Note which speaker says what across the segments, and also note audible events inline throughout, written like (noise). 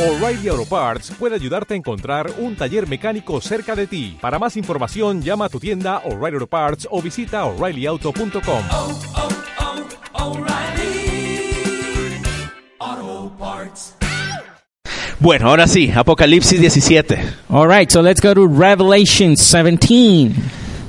Speaker 1: O'Reilly Auto Parts puede ayudarte a encontrar un taller mecánico cerca de ti. Para más información, llama a tu tienda O'Reilly Auto Parts o visita oreillyauto.com.
Speaker 2: oh, oh, O'Reilly Auto Parts.
Speaker 3: Bueno, ahora sí, Apocalipsis 17.
Speaker 4: All right, so let's go to Revelation 17.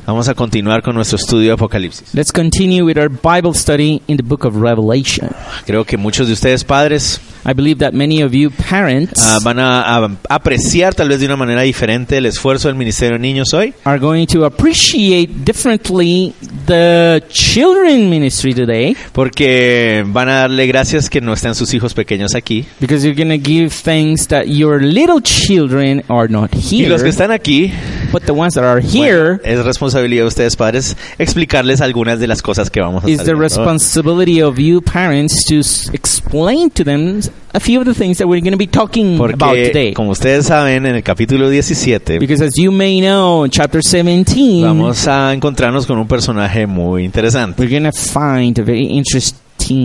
Speaker 3: Vamos a continuar con nuestro estudio de Apocalipsis.
Speaker 4: Let's continue with our Bible study in the book of Revelation.
Speaker 3: Creo que muchos de ustedes padres
Speaker 4: I believe that many of you parents
Speaker 3: ah, van a, a apreciar tal vez de una manera diferente el esfuerzo del Ministerio de Niños hoy.
Speaker 4: are going to appreciate differently the children ministry today
Speaker 3: Porque van a darle gracias que no están sus hijos pequeños aquí.
Speaker 4: because you're going to give thanks that your little children are not
Speaker 3: Y
Speaker 4: here,
Speaker 3: los que están aquí,
Speaker 4: but the ones that are here is
Speaker 3: bueno, es responsabilidad de ustedes padres explicarles algunas de las cosas que vamos a estar
Speaker 4: the
Speaker 3: viendo hoy.
Speaker 4: responsibility of you parents to s- explain to them a few of the things that we're going to be talking about
Speaker 3: Porque,
Speaker 4: today.
Speaker 3: como ustedes saben, en el capítulo 17
Speaker 4: Because as you may know, in chapter 17,
Speaker 3: vamos a encontrarnos con un personaje muy interesante.
Speaker 4: we're going to find a very interesting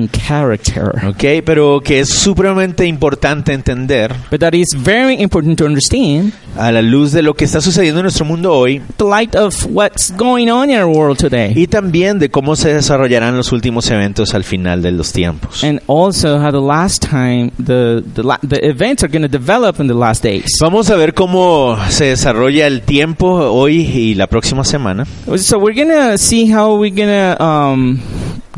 Speaker 4: character.
Speaker 3: Ok, pero que es supremamente importante entender
Speaker 4: But that is very important to understand
Speaker 3: a la luz de lo que está sucediendo en nuestro mundo hoy
Speaker 4: the light of what's going on in our world today.
Speaker 3: y también de cómo se desarrollarán los últimos eventos al final de los tiempos.
Speaker 4: And also how the last time, the, the, la- the events are going to develop in the last days.
Speaker 3: Vamos a ver cómo se desarrolla el tiempo hoy y la próxima semana.
Speaker 4: So we're going to see how we're going to um,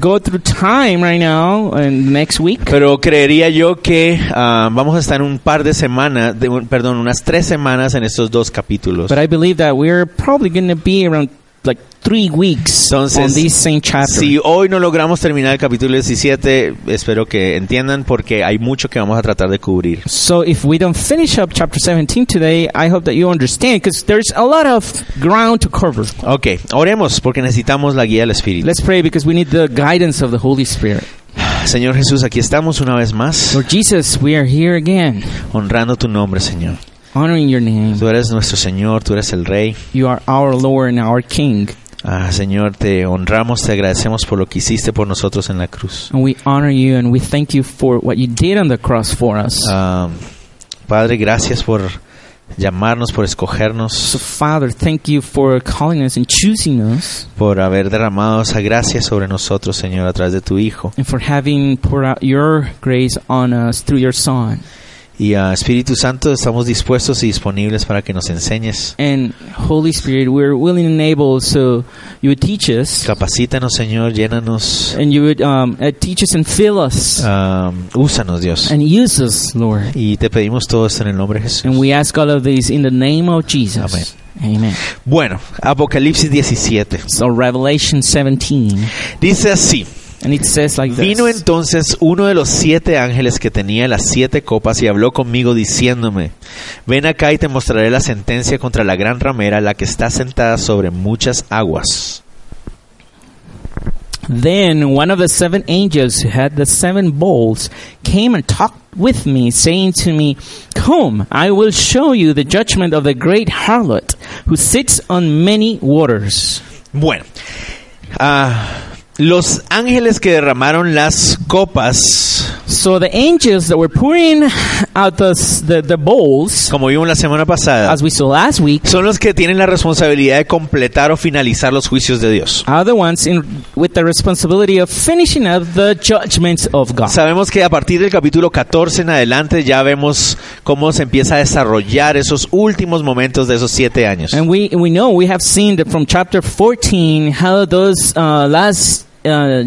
Speaker 4: go through time right now and next week.
Speaker 3: Pero creería yo que ah, vamos a estar un par de semanas, de, un- perdón, unas tres semanas en estos dos capítulos.
Speaker 4: But I believe that we're probably going to be around like three weeks
Speaker 3: Entonces,
Speaker 4: on this same chapter.
Speaker 3: Si hoy no logramos terminar el capítulo 17, espero que entiendan porque hay mucho que vamos a tratar de cubrir.
Speaker 4: So if we don't finish up chapter 17 today, I hope that you understand because there's a lot of ground to cover.
Speaker 3: Ok, oremos porque necesitamos la guía del Espíritu.
Speaker 4: Let's pray because we need the guidance of the Holy Spirit.
Speaker 3: Señor Jesús, aquí estamos una vez más,
Speaker 4: Lord Jesus, we are here again,
Speaker 3: honrando tu nombre, Señor.
Speaker 4: honoring your name.
Speaker 3: Tú eres nuestro Señor, tú eres el Rey.
Speaker 4: You are our Lord and our King,
Speaker 3: Ah, Señor, te honramos, te agradecemos por lo que hiciste por nosotros en la cruz.
Speaker 4: and we honor you and we thank you for what you did on the cross for us.
Speaker 3: Ah, Padre, gracias por llamarnos, por
Speaker 4: so
Speaker 3: escogernos,
Speaker 4: Father, thank you for calling us and choosing us
Speaker 3: por haber derramado esa gracia sobre nosotros, Señor, a través de tu Hijo.
Speaker 4: and for having poured out your grace on us through your Son.
Speaker 3: Y ah, Espíritu Santo, estamos dispuestos y disponibles para que nos enseñes.
Speaker 4: And Holy Spirit, we're willing and able so you would teach us.
Speaker 3: Capacítanos, Señor, llénanos,
Speaker 4: and you would um, uh, teach us and fill us
Speaker 3: ah, úsanos, Dios.
Speaker 4: and use us, Lord.
Speaker 3: Y te pedimos todo esto en el nombre de Jesús.
Speaker 4: And we ask all of these in the name of Jesus. Amen.
Speaker 3: Bueno, Apocalipsis 17.
Speaker 4: So Revelation 17,
Speaker 3: Dice así,
Speaker 4: and it says like this.
Speaker 3: vino entonces uno de los siete ángeles que tenía las siete copas y habló conmigo diciéndome, ven acá y te mostraré la sentencia contra la gran ramera, la que está sentada sobre muchas aguas.
Speaker 4: Then one of the seven angels who had the seven bowls came and talked with me, saying to me, Come, I will show you the judgment of the great harlot who sits on many waters.
Speaker 3: Bueno, ah, los ángeles que derramaron las copas,
Speaker 4: So the angels that were pouring out the, s- the, the bowls,
Speaker 3: como vimos la semana pasada,
Speaker 4: as we saw last week,
Speaker 3: son los que tienen la responsabilidad de completar o finalizar los juicios de Dios.
Speaker 4: are the ones in, with the responsibility of finishing up the judgments of God.
Speaker 3: Sabemos que a partir del capítulo 14 en adelante ya vemos cómo se empieza a desarrollar esos últimos momentos de esos siete años.
Speaker 4: and we we know we have seen that from chapter 14 how those uh, last uh,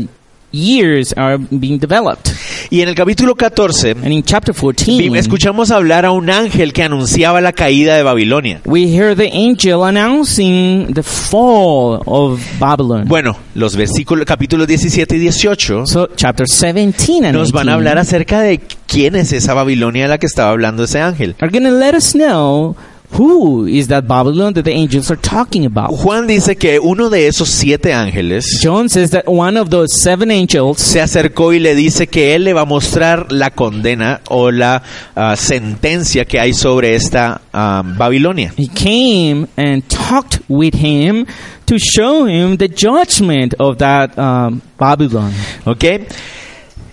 Speaker 4: years are being developed.
Speaker 3: Y en el capítulo 14
Speaker 4: And in chapter
Speaker 3: vi-
Speaker 4: 14
Speaker 3: escuchamos hablar a un ángel que anunciaba la caída de Babilonia.
Speaker 4: we hear the angel announcing the fall of Babylon.
Speaker 3: Bueno, los versículos capítulos 17 y 18
Speaker 4: so chapter 17 and
Speaker 3: nos van a
Speaker 4: 18
Speaker 3: hablar acerca de quién es esa Babilonia de la que estaba hablando ese ángel.
Speaker 4: are going to let us know who is that Babylon that the angels are talking about.
Speaker 3: Juan dice que uno de esos siete ángeles
Speaker 4: John says that one of those seven angels
Speaker 3: se acercó y le dice que él le va a mostrar la condena o la ah, sentencia que hay sobre esta ah, Babilonia.
Speaker 4: he came and talked with him to show him the judgment of that um, Babylon.
Speaker 3: ¿Ok?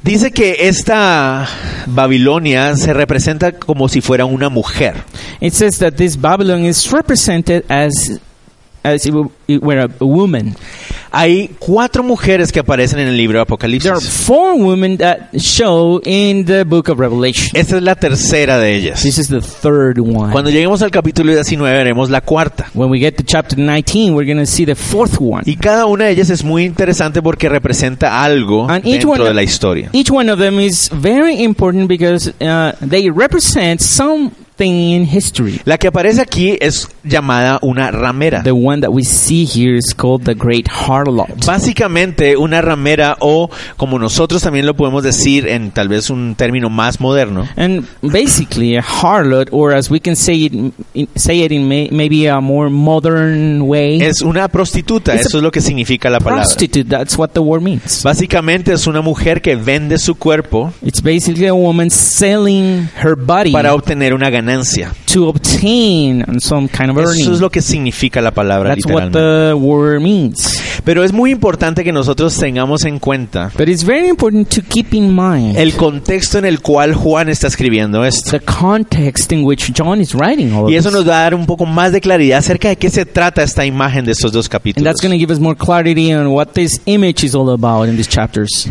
Speaker 3: Dice que esta Babilonia se representa como si fuera una mujer.
Speaker 4: It says that this Babylon is represented as as it were- it were a woman.
Speaker 3: Hay cuatro mujeres que aparecen en el libro de
Speaker 4: There are
Speaker 3: Apocalipsis.
Speaker 4: four women that show in the book of Revelation.
Speaker 3: Esta es la tercera de ellas.
Speaker 4: This is the third one.
Speaker 3: Cuando lleguemos al capítulo 19 veremos la cuarta.
Speaker 4: When we get to chapter 19, we're going to see the fourth one.
Speaker 3: Y cada una de ellas es muy interesante porque representa algo
Speaker 4: And each
Speaker 3: dentro
Speaker 4: one-
Speaker 3: de la historia.
Speaker 4: Each one of them is very important because uh, they represent something in history.
Speaker 3: La que aparece aquí es llamada una ramera.
Speaker 4: The one that we see here is called the Great Harlot.
Speaker 3: Básicamente una ramera o como nosotros también lo podemos decir en tal vez un término más moderno,
Speaker 4: And basically, a harlot, or as we can say it, in, say it in may, maybe a more modern way,
Speaker 3: es una prostituta,
Speaker 4: It's a
Speaker 3: eso es lo que significa la palabra.
Speaker 4: prostitute. That's what the word means.
Speaker 3: Básicamente es una mujer que vende su cuerpo
Speaker 4: It's basically a woman selling her body
Speaker 3: para obtener una ganancia.
Speaker 4: to obtain some kind of earning.
Speaker 3: Eso es lo que significa la palabra
Speaker 4: That's what
Speaker 3: literalmente.
Speaker 4: the word means.
Speaker 3: Pero es muy importante que nosotros tengamos en cuenta
Speaker 4: But it's very important to keep in mind
Speaker 3: el contexto en el cual Juan está escribiendo esto.
Speaker 4: the context in which John is writing all of
Speaker 3: Y eso
Speaker 4: this.
Speaker 3: nos va a dar un poco más de claridad acerca de qué se trata esta imagen de estos dos
Speaker 4: And
Speaker 3: capítulos.
Speaker 4: that's going to give us more clarity on what this image is all about in these chapters.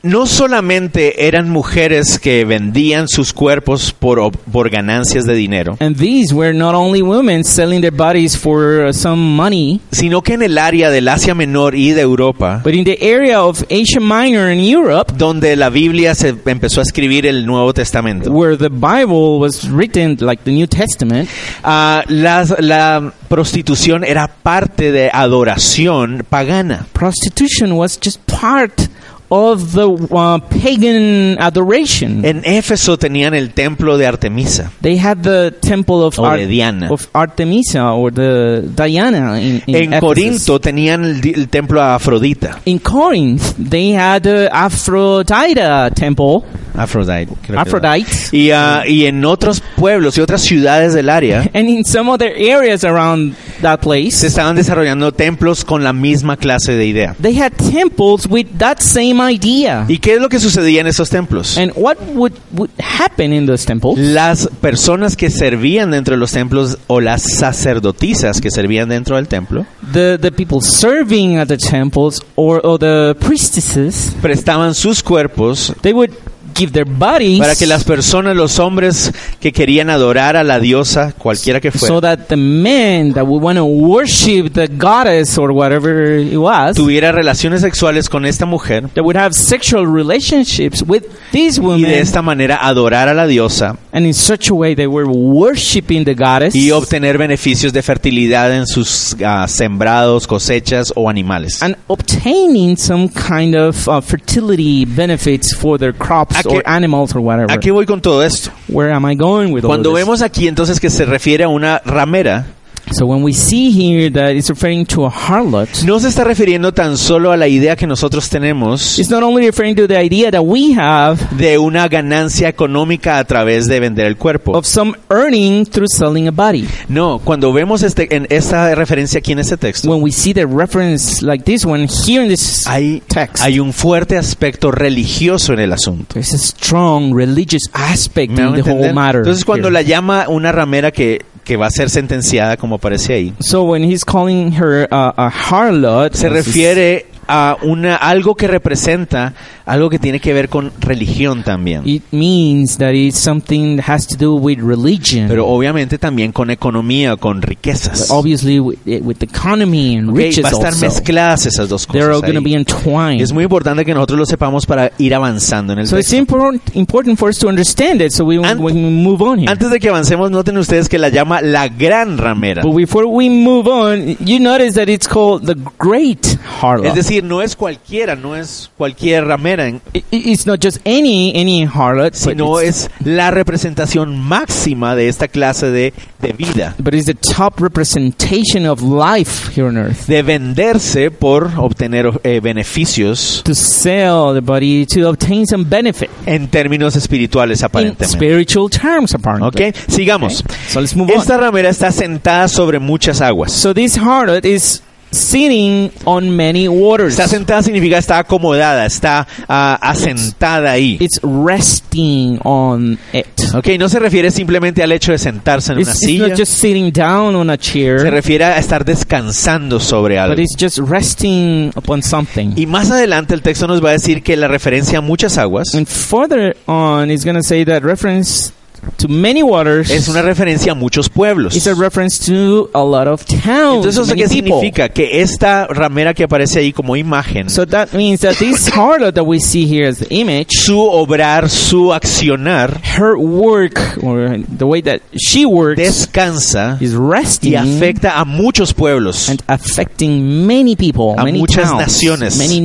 Speaker 3: No solamente eran mujeres que vendían sus cuerpos por, ob- por ganancias de dinero,
Speaker 4: And these were not only women selling their bodies for uh, some money,
Speaker 3: sino que en el área del Asia Menor y de Europa,
Speaker 4: but in the area of Asia Minor and Europe,
Speaker 3: donde la Biblia se empezó a escribir el Nuevo Testamento,
Speaker 4: where the Bible was written, like the New Testament,
Speaker 3: ah, las- la prostitución era parte de adoración pagana.
Speaker 4: prostitution was just part of the uh, pagan adoration.
Speaker 3: En Éfeso tenían el templo de Artemisa.
Speaker 4: They had the temple of,
Speaker 3: O de Oh, Diana.
Speaker 4: of Artemisa or the Diana in, in
Speaker 3: En
Speaker 4: Ephesus.
Speaker 3: Corinto tenían el, di- el templo a Afrodita.
Speaker 4: In Corinth, they had uh, Aphrodite temple,
Speaker 3: Aphrodite. creo que era.
Speaker 4: Aphrodite,
Speaker 3: Y, ah, y en otros pueblos y otras ciudades del área
Speaker 4: (laughs) and in some other areas around that
Speaker 3: se
Speaker 4: place,
Speaker 3: estaban desarrollando templos con la misma clase de idea.
Speaker 4: they had temples with that same idea.
Speaker 3: ¿Y qué es lo que sucedía en esos templos?
Speaker 4: And what would would happen in those temples?
Speaker 3: Las personas que servían dentro de los templos o las sacerdotisas que servían dentro del templo
Speaker 4: The the people serving at the temples or, or the priestesses,
Speaker 3: prestaban sus cuerpos
Speaker 4: they would give their bodies
Speaker 3: para que las personas, los hombres que querían adorar a la diosa, cualquiera que fuera,
Speaker 4: so that the men that would want to worship the goddess or whatever it was
Speaker 3: tuviera relaciones sexuales con esta mujer
Speaker 4: that would have sexual relationships with these
Speaker 3: y de
Speaker 4: women
Speaker 3: esta manera adorar a la diosa
Speaker 4: and in such a way they were worshiping the goddess
Speaker 3: y obtener beneficios de fertilidad en sus ah, sembrados, cosechas o animales.
Speaker 4: and obtaining some kind of uh, fertility benefits for their crops
Speaker 3: ¿A qué-
Speaker 4: or animals or whatever.
Speaker 3: ¿A qué voy con todo esto?
Speaker 4: Where am I going with all
Speaker 3: Cuando
Speaker 4: this?
Speaker 3: vemos aquí entonces que se refiere a una ramera,
Speaker 4: so when we see here that it's referring to a harlot,
Speaker 3: no se está refiriendo tan solo a la idea que nosotros tenemos
Speaker 4: it's not only referring to the idea that we have
Speaker 3: de una ganancia económica a través de vender el cuerpo.
Speaker 4: of some earning through selling a body.
Speaker 3: No, cuando vemos este, en esta referencia aquí en este texto,
Speaker 4: when we see the reference like this one here in this
Speaker 3: hay,
Speaker 4: text,
Speaker 3: hay un fuerte aspecto religioso en el asunto.
Speaker 4: there's a strong religious aspect
Speaker 3: ¿Me
Speaker 4: in
Speaker 3: hago
Speaker 4: the whole
Speaker 3: entender?
Speaker 4: matter.
Speaker 3: Entonces cuando
Speaker 4: here.
Speaker 3: la llama una ramera que, que va a ser sentenciada, como aparece ahí,
Speaker 4: so when he's calling her uh, a harlot,
Speaker 3: se
Speaker 4: as is-
Speaker 3: refiere a una, algo que representa algo que tiene que ver con religión también.
Speaker 4: It means that it's something that has to do with religion.
Speaker 3: Pero obviamente también con economía, con
Speaker 4: But
Speaker 3: riquezas.
Speaker 4: obviously, with, with the economy and
Speaker 3: Ok,
Speaker 4: riches
Speaker 3: Va a estar
Speaker 4: also,
Speaker 3: mezcladas esas dos
Speaker 4: they're all
Speaker 3: cosas.
Speaker 4: going to
Speaker 3: ahí.
Speaker 4: be entwined.
Speaker 3: Es muy importante que nosotros lo sepamos para ir avanzando en el
Speaker 4: so it's
Speaker 3: texto.
Speaker 4: important important for us to understand it, so we,
Speaker 3: Ant-
Speaker 4: we can move on here.
Speaker 3: Antes de que avancemos, noten ustedes que la llama la gran ramera.
Speaker 4: but before we move on, you notice that it's called the Great Harlot.
Speaker 3: Es decir, no es cualquiera, no es cualquier ramera, en-
Speaker 4: I- it's not just any any harlot,
Speaker 3: sino
Speaker 4: but, it's,
Speaker 3: es la representación máxima de esta clase de, de vida.
Speaker 4: but it's the top representation of life here on earth.
Speaker 3: De venderse por obtener eh, beneficios
Speaker 4: To sell the body to obtain some benefit
Speaker 3: en términos espirituales,
Speaker 4: in
Speaker 3: aparentemente.
Speaker 4: spiritual terms, apparently.
Speaker 3: Ok, sigamos.
Speaker 4: So let's move on.
Speaker 3: Esta ramera está sentada sobre muchas aguas.
Speaker 4: So this harlot is sitting on many waters.
Speaker 3: Está sentada significa está acomodada, está ah, asentada ahí.
Speaker 4: It's resting on it.
Speaker 3: Ok, no se refiere simplemente al hecho de sentarse en
Speaker 4: It's,
Speaker 3: una
Speaker 4: it's
Speaker 3: silla.
Speaker 4: not just sitting down on a
Speaker 3: Se
Speaker 4: chair,
Speaker 3: refiere a estar descansando sobre
Speaker 4: but
Speaker 3: algo.
Speaker 4: it's just resting upon something.
Speaker 3: Y más adelante el texto nos va a decir que la referencia a muchas aguas
Speaker 4: And further on, it's going to say that reference to many waters
Speaker 3: es una referencia a muchos pueblos.
Speaker 4: is a reference to a lot of towns.
Speaker 3: Entonces, ¿eso
Speaker 4: many
Speaker 3: qué
Speaker 4: people.
Speaker 3: significa? Que esta ramera que aparece ahí como imagen,
Speaker 4: So that means that this harlot that we see here as the image,
Speaker 3: su obrar, su accionar,
Speaker 4: her work, or the way that she works,
Speaker 3: descansa
Speaker 4: is
Speaker 3: y
Speaker 4: resting
Speaker 3: afecta a muchos pueblos
Speaker 4: and affecting many people,
Speaker 3: A
Speaker 4: many
Speaker 3: muchas
Speaker 4: towns,
Speaker 3: naciones
Speaker 4: many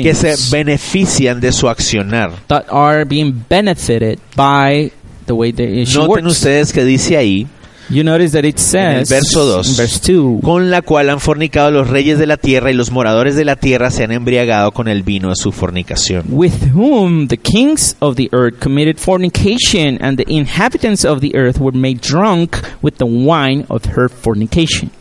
Speaker 3: que se
Speaker 4: nations
Speaker 3: benefician de su accionar.
Speaker 4: that are being benefited by the way that she
Speaker 3: Noten
Speaker 4: works.
Speaker 3: ustedes que dice ahí,
Speaker 4: You notice that it
Speaker 3: en el
Speaker 4: says,
Speaker 3: verso
Speaker 4: in
Speaker 3: 2,
Speaker 4: verse 2,
Speaker 3: con la cual han fornicado los reyes de la tierra y los moradores de la tierra se han embriagado con el vino de su fornicación.
Speaker 4: with whom the kings of the earth committed fornication, and the inhabitants of the earth were made drunk with the wine of her fornication.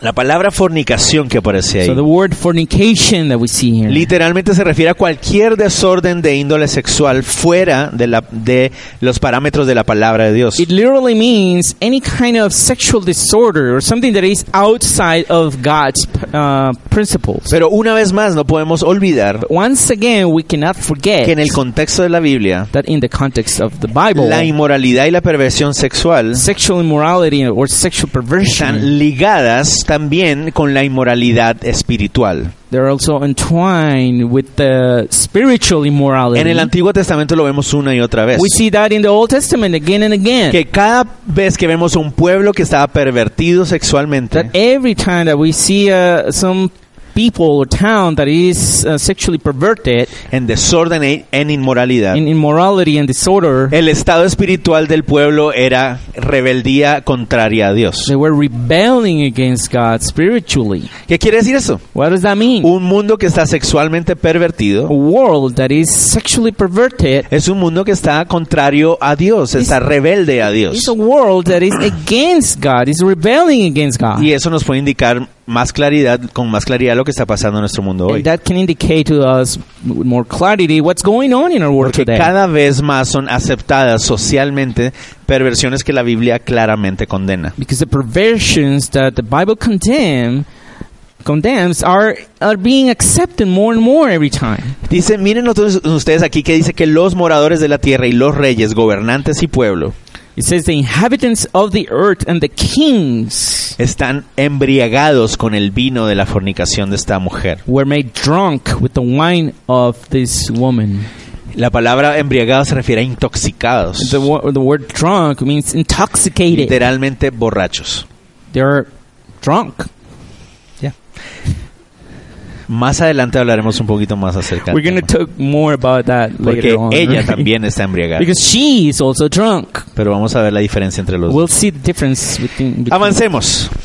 Speaker 3: La palabra fornicación que aparece ahí
Speaker 4: So the word fornication that we see here
Speaker 3: Literalmente se refiere a cualquier desorden de índole sexual fuera de, la- de los parámetros de la palabra de Dios.
Speaker 4: It literally means any kind of sexual disorder or something that is outside of God's uh, principles.
Speaker 3: Pero una vez más, no podemos olvidar
Speaker 4: Once again, we cannot forget
Speaker 3: que en el contexto de la Biblia,
Speaker 4: that in the context of the Bible,
Speaker 3: la inmoralidad y la perversión sexual
Speaker 4: sexual immorality or sexual perversion,
Speaker 3: están ligadas también con la inmoralidad espiritual.
Speaker 4: they're also entwined with the spiritual immorality.
Speaker 3: En el Antiguo Testamento lo vemos una y otra vez.
Speaker 4: we see that in the Old Testament again and again.
Speaker 3: Que cada vez que vemos un pueblo que estaba pervertido sexualmente,
Speaker 4: that every time that we see uh, some people or town that is uh, sexually perverted
Speaker 3: en desorden e- en inmoralidad,
Speaker 4: in immorality and disorder,
Speaker 3: El estado espiritual del pueblo era rebeldía contraria a Dios.
Speaker 4: They were rebelling against God spiritually.
Speaker 3: ¿Qué quiere decir eso?
Speaker 4: What does that mean?
Speaker 3: Un mundo que está sexualmente
Speaker 4: A
Speaker 3: pervertido
Speaker 4: world that is sexually perverted
Speaker 3: es un mundo que está contrario a Dios, está rebelde a Dios.
Speaker 4: is a world
Speaker 3: (clears throat)
Speaker 4: that is against God, is rebelling against God.
Speaker 3: Y eso nos puede indicar más claridad, con más claridad lo que está pasando en nuestro mundo hoy.
Speaker 4: And that can indicate to us with more clarity what's going on in our world
Speaker 3: Porque
Speaker 4: today.
Speaker 3: cada vez más son aceptadas socialmente perversiones que la Biblia claramente condena.
Speaker 4: Because the perversions that the Bible condemn condemns are are being accepted more and more every time.
Speaker 3: Dice, miren otros- ustedes aquí que dice que los moradores de la tierra y los reyes, gobernantes y pueblo,
Speaker 4: It says the inhabitants of the earth and the kings
Speaker 3: están embriagados con el vino de la fornicación de esta mujer.
Speaker 4: were made drunk with the wine of this woman.
Speaker 3: La palabra embriagado se refiere a intoxicados,
Speaker 4: The, wo- the word drunk means intoxicated.
Speaker 3: literalmente borrachos.
Speaker 4: They're drunk.
Speaker 3: Más adelante hablaremos un poquito más acerca
Speaker 4: We're
Speaker 3: del
Speaker 4: going to
Speaker 3: tema,
Speaker 4: talk more about that
Speaker 3: porque
Speaker 4: later on.
Speaker 3: ella (laughs)
Speaker 4: (laughs) right?
Speaker 3: también está embriagada.
Speaker 4: Because she is also drunk.
Speaker 3: Pero vamos a ver la diferencia entre los dos.
Speaker 4: We'll see the difference between. between
Speaker 3: Avancemos.
Speaker 4: Let's move on.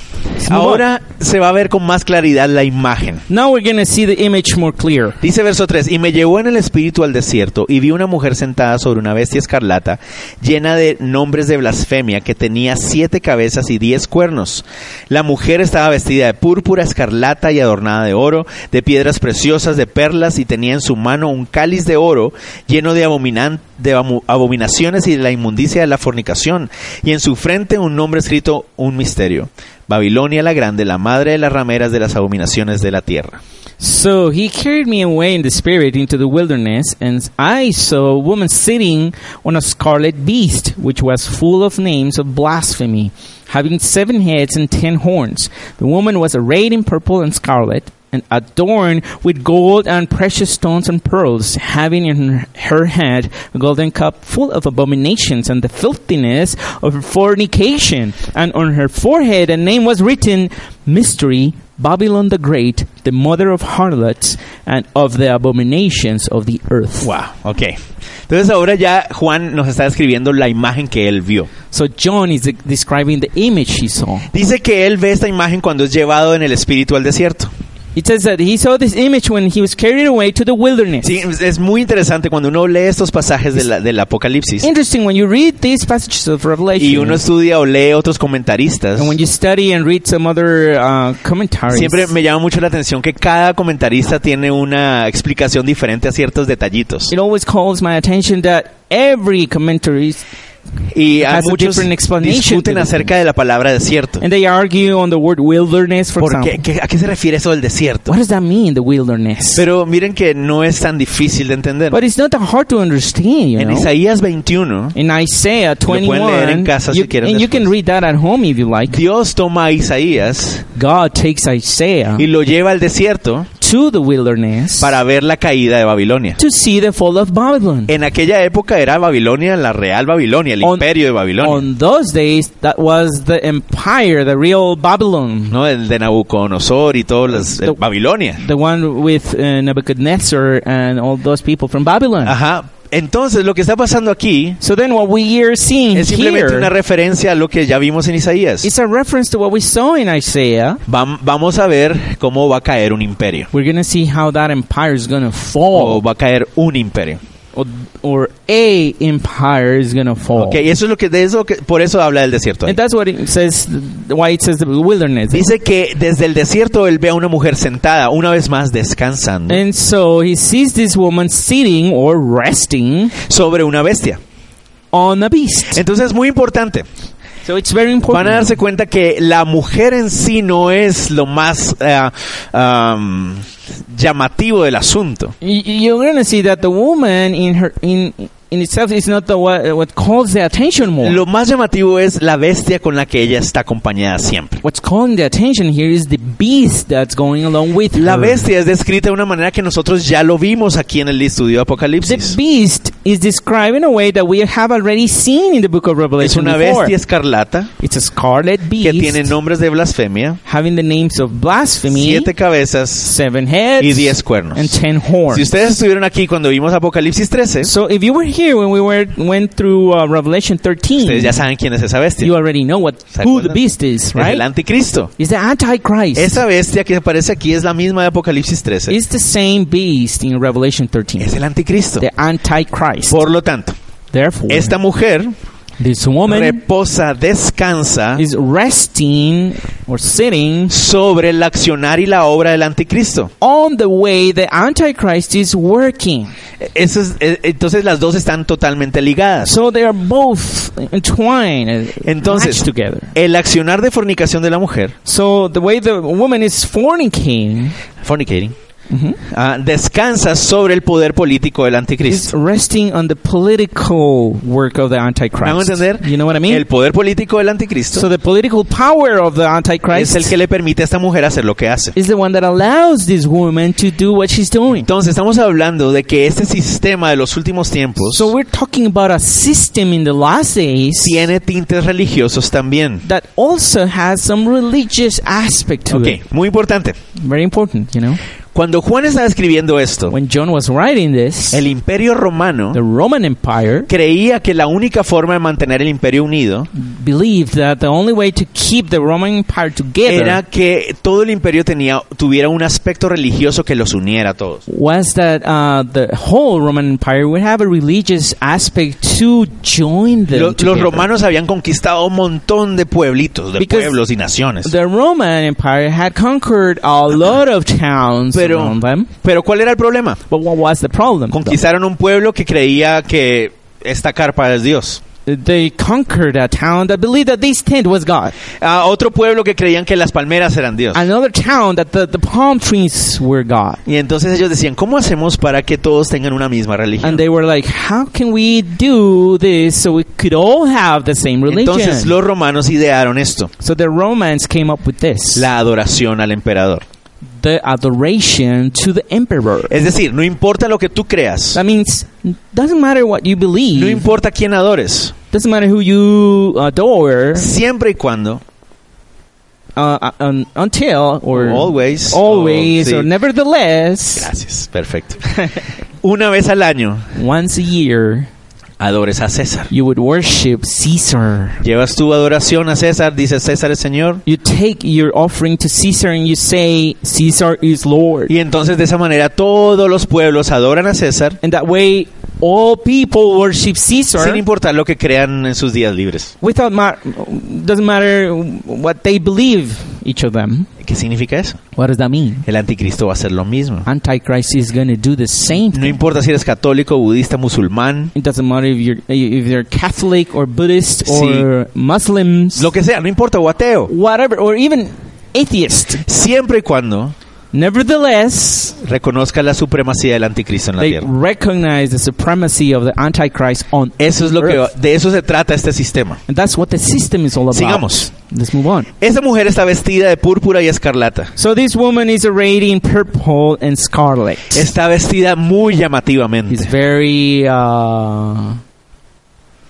Speaker 3: Ahora se va a ver con más claridad la imagen.
Speaker 4: Now we're going to see the image more clear.
Speaker 3: Dice verso 3, y me llevó en el espíritu al desierto y vi una mujer sentada sobre una bestia escarlata llena de nombres de blasfemia que tenía siete cabezas y diez cuernos. La mujer estaba vestida de púrpura escarlata y adornada de oro, de piedras preciosas, de perlas y tenía en su mano un cáliz de oro lleno de, abominan- de amu- abominaciones y de la inmundicia de la fornicación y en su frente un nombre escrito, un misterio. Babilonia la Grande, la madre de las rameras de las abominaciones de la tierra.
Speaker 4: So he carried me away in the spirit into the wilderness, and I saw a woman sitting on a scarlet beast, which was full of names of blasphemy, having seven heads and ten horns. The woman was arrayed in purple and scarlet, and adorned with gold and precious stones and pearls, having in her hand a golden cup full of abominations and the filthiness of her fornication, and on her forehead a name was written, Mystery, Babylon the Great, the mother of harlots and of the abominations of the earth.
Speaker 3: Wow, ok. Entonces ahora ya Juan nos está describiendo la imagen que él vio.
Speaker 4: So John is de- describing the image he saw.
Speaker 3: Dice que él ve esta imagen cuando es llevado en el espíritu al desierto.
Speaker 4: It says that he saw this image when he was carried away to the wilderness.
Speaker 3: Sí, es- es muy interesante cuando uno lee estos pasajes de la- del Apocalipsis
Speaker 4: Interesting when you read these passages of Revelation
Speaker 3: y uno estudia o lee otros comentaristas.
Speaker 4: and when you study and read some other uh, commentaries.
Speaker 3: Siempre me llama mucho la atención que cada comentarista tiene una explicación diferente a ciertos detallitos.
Speaker 4: it always calls my attention that every commentary
Speaker 3: Y hay
Speaker 4: has a
Speaker 3: muchos
Speaker 4: different explanation
Speaker 3: discuten
Speaker 4: to the-
Speaker 3: acerca de la palabra desierto.
Speaker 4: and they argue on the word wilderness for
Speaker 3: ¿Por qué,
Speaker 4: example.
Speaker 3: qué- ¿A qué se refiere eso del desierto?
Speaker 4: What does that mean, the wilderness?
Speaker 3: Pero miren que no es tan difícil de entender.
Speaker 4: but it's not that hard to understand, you
Speaker 3: En
Speaker 4: know.
Speaker 3: Isaías 21,
Speaker 4: In Isaiah
Speaker 3: pueden
Speaker 4: 21,
Speaker 3: leer en casa si
Speaker 4: you,
Speaker 3: quieren
Speaker 4: and you can
Speaker 3: después.
Speaker 4: read that at home if you like.
Speaker 3: Dios toma a Isaías
Speaker 4: God takes Isaiah
Speaker 3: y lo lleva al desierto
Speaker 4: to the wilderness
Speaker 3: para ver la caída de Babilonia.
Speaker 4: to see the fall of Babylon.
Speaker 3: En aquella época era Babilonia, la real Babilonia, el
Speaker 4: On-
Speaker 3: imperio de Babilonia,
Speaker 4: On those days, that was the empire, the real Babylon,
Speaker 3: ¿no? El de Nabucodonosor y todas las... el
Speaker 4: The-
Speaker 3: Babilonia.
Speaker 4: the one with uh, Nebuchadnezzar and all those people from Babylon.
Speaker 3: Ajá. Entonces, lo que está pasando aquí
Speaker 4: So then, what we are seeing
Speaker 3: es simplemente
Speaker 4: here
Speaker 3: una referencia a lo que ya vimos en Isaías.
Speaker 4: is a reference to what we saw in Isaiah.
Speaker 3: Vam- vamos a ver cómo va a caer un imperio.
Speaker 4: We're gonna see how that empire is gonna
Speaker 3: O
Speaker 4: fall,
Speaker 3: va a caer un imperio.
Speaker 4: or, or a empire is gonna fall.
Speaker 3: Ok, eso es lo que, de eso que- por eso habla del desierto. ahí.
Speaker 4: And that's what it says. Why it says the wilderness.
Speaker 3: Dice que desde el desierto él ve a una mujer sentada, una vez más descansando,
Speaker 4: And so he sees this woman sitting or resting
Speaker 3: sobre una bestia.
Speaker 4: on a beast.
Speaker 3: Entonces es muy importante.
Speaker 4: So it's very
Speaker 3: Van a
Speaker 4: important.
Speaker 3: darse cuenta que la mujer en sí no es lo más eh, am, llamativo del asunto.
Speaker 4: Y- You're gonna see that the woman in her in in itself is not the what, what calls the attention more.
Speaker 3: Lo más llamativo es la bestia con la que ella está acompañada siempre.
Speaker 4: What's calling the attention here is the beast that's going along with
Speaker 3: La
Speaker 4: her.
Speaker 3: bestia es descrita de una manera que nosotros ya lo vimos aquí en el estudio de
Speaker 4: The
Speaker 3: Apocalipsis.
Speaker 4: beast is described in a way that we have already seen in the book of
Speaker 3: Es
Speaker 4: Revelation
Speaker 3: una
Speaker 4: before.
Speaker 3: bestia escarlata
Speaker 4: It's a scarlet
Speaker 3: que
Speaker 4: beast
Speaker 3: tiene nombres de blasfemia,
Speaker 4: having the names of blasphemy,
Speaker 3: siete cabezas
Speaker 4: seven heads,
Speaker 3: y diez cuernos.
Speaker 4: and ten horns.
Speaker 3: Si ustedes estuvieron aquí cuando vimos Apocalipsis 13,
Speaker 4: So if you were here when we were went through uh, Revelation 13,
Speaker 3: ustedes ya saben quién es esa bestia.
Speaker 4: you already know what
Speaker 3: ¿Se
Speaker 4: who the
Speaker 3: acuerdan?
Speaker 4: beast is,
Speaker 3: Es el
Speaker 4: right?
Speaker 3: anticristo.
Speaker 4: Is the Antichrist.
Speaker 3: Esa bestia que aparece aquí es la misma de Apocalipsis 13.
Speaker 4: It's the same beast in Revelation 13.
Speaker 3: Es el anticristo.
Speaker 4: the Antichrist.
Speaker 3: Por lo tanto,
Speaker 4: Therefore,
Speaker 3: esta mujer
Speaker 4: this woman
Speaker 3: reposa, descansa
Speaker 4: is resting or sitting
Speaker 3: sobre el accionar y la obra del anticristo.
Speaker 4: on the way the Antichrist is working.
Speaker 3: Eso es- eh, entonces las dos están totalmente ligadas.
Speaker 4: So they are both entwined, uh,
Speaker 3: Entonces,
Speaker 4: matched together.
Speaker 3: El accionar de fornicación de la mujer,
Speaker 4: So the way the woman is fornicating
Speaker 3: fornicating, ah, descansa sobre el poder político del anticristo.
Speaker 4: is resting on the political work of the
Speaker 3: ¿Me hago
Speaker 4: Antichrist.
Speaker 3: entender?
Speaker 4: You know what I mean?
Speaker 3: El poder político del anticristo
Speaker 4: so the political power of the
Speaker 3: es
Speaker 4: Antichrist
Speaker 3: el que le permite a esta mujer hacer lo que hace.
Speaker 4: is the one that allows this woman to do what she's doing.
Speaker 3: Entonces estamos hablando de que este sistema de los últimos tiempos
Speaker 4: So we're talking about a system in the last days
Speaker 3: tiene tintes religiosos también.
Speaker 4: that also has some religious aspect to
Speaker 3: Ok,
Speaker 4: it.
Speaker 3: muy importante.
Speaker 4: Very important, you know.
Speaker 3: Cuando Juan está escribiendo esto,
Speaker 4: When John was writing this,
Speaker 3: el imperio romano
Speaker 4: the Roman Empire
Speaker 3: creía que la única forma de mantener el imperio unido
Speaker 4: believed that the only way to keep the Roman Empire together
Speaker 3: era que todo el imperio tenía, tuviera un aspecto religioso que los uniera a todos.
Speaker 4: was that uh, the whole Roman Empire would have a religious aspect to join them.
Speaker 3: Lo- los
Speaker 4: together.
Speaker 3: romanos habían conquistado un montón de pueblitos, de
Speaker 4: Because
Speaker 3: pueblos y naciones.
Speaker 4: The Roman Empire had conquered a lot of towns
Speaker 3: Pero,
Speaker 4: around them.
Speaker 3: pero ¿cuál era el problema?
Speaker 4: But what was the problem?
Speaker 3: Conquistaron un pueblo que creía que esta carpa es Dios.
Speaker 4: though? They conquered a town that believed that this tent was God.
Speaker 3: A otro pueblo que creían que las palmeras eran Dios.
Speaker 4: Another town that the, the palm trees were God.
Speaker 3: Y entonces ellos decían, ¿cómo hacemos para que todos tengan una misma
Speaker 4: And
Speaker 3: religión?
Speaker 4: they were like, how can we do this so we could all have the same
Speaker 3: Entonces
Speaker 4: religion?
Speaker 3: los romanos idearon esto,
Speaker 4: So the Romans came up with this.
Speaker 3: la adoración al emperador.
Speaker 4: the adoration to the emperor.
Speaker 3: Es decir, no importa lo que tú creas,
Speaker 4: That means doesn't matter what you
Speaker 3: no
Speaker 4: believe,
Speaker 3: importa quién adores,
Speaker 4: doesn't matter who you uh, adore,
Speaker 3: siempre y cuando,
Speaker 4: uh, uh, un, until or
Speaker 3: always, Oh,
Speaker 4: always
Speaker 3: o-
Speaker 4: or
Speaker 3: sí.
Speaker 4: nevertheless,
Speaker 3: (laughs) Gracias, perfecto. una vez al año
Speaker 4: once a year
Speaker 3: adores a César.
Speaker 4: You would worship Caesar.
Speaker 3: Llevas tu adoración a César, dice César es Señor.
Speaker 4: You take your offering to Caesar and you say, Caesar is Lord.
Speaker 3: Y entonces de esa manera todos los pueblos adoran a César,
Speaker 4: And that way, all people worship
Speaker 3: sin
Speaker 4: Caesar
Speaker 3: importar lo que crean en sus días libres.
Speaker 4: without ma- doesn't matter what they believe. Each of them.
Speaker 3: ¿Qué significa eso?
Speaker 4: What does that mean?
Speaker 3: El anticristo va a hacer lo mismo.
Speaker 4: Antichrist is going to do the same.
Speaker 3: No importa si eres católico, budista, musulmán,
Speaker 4: It doesn't matter if you're if you're Catholic or Buddhist or Muslims,
Speaker 3: lo que sea, no importa, o ateo.
Speaker 4: whatever, or even atheist.
Speaker 3: Siempre y cuando
Speaker 4: Nevertheless,
Speaker 3: reconozca la supremacía del anticristo en la
Speaker 4: they
Speaker 3: tierra.
Speaker 4: recognize the supremacy of the Antichrist on
Speaker 3: Eso es lo que
Speaker 4: earth.
Speaker 3: de eso se trata este sistema.
Speaker 4: and that's what the system is all about.
Speaker 3: Sigamos.
Speaker 4: Let's move on.
Speaker 3: Esa mujer está vestida de púrpura y escarlata.
Speaker 4: So this woman is arrayed in purple and scarlet.
Speaker 3: Está vestida muy
Speaker 4: It's
Speaker 3: llamativamente.
Speaker 4: very uh,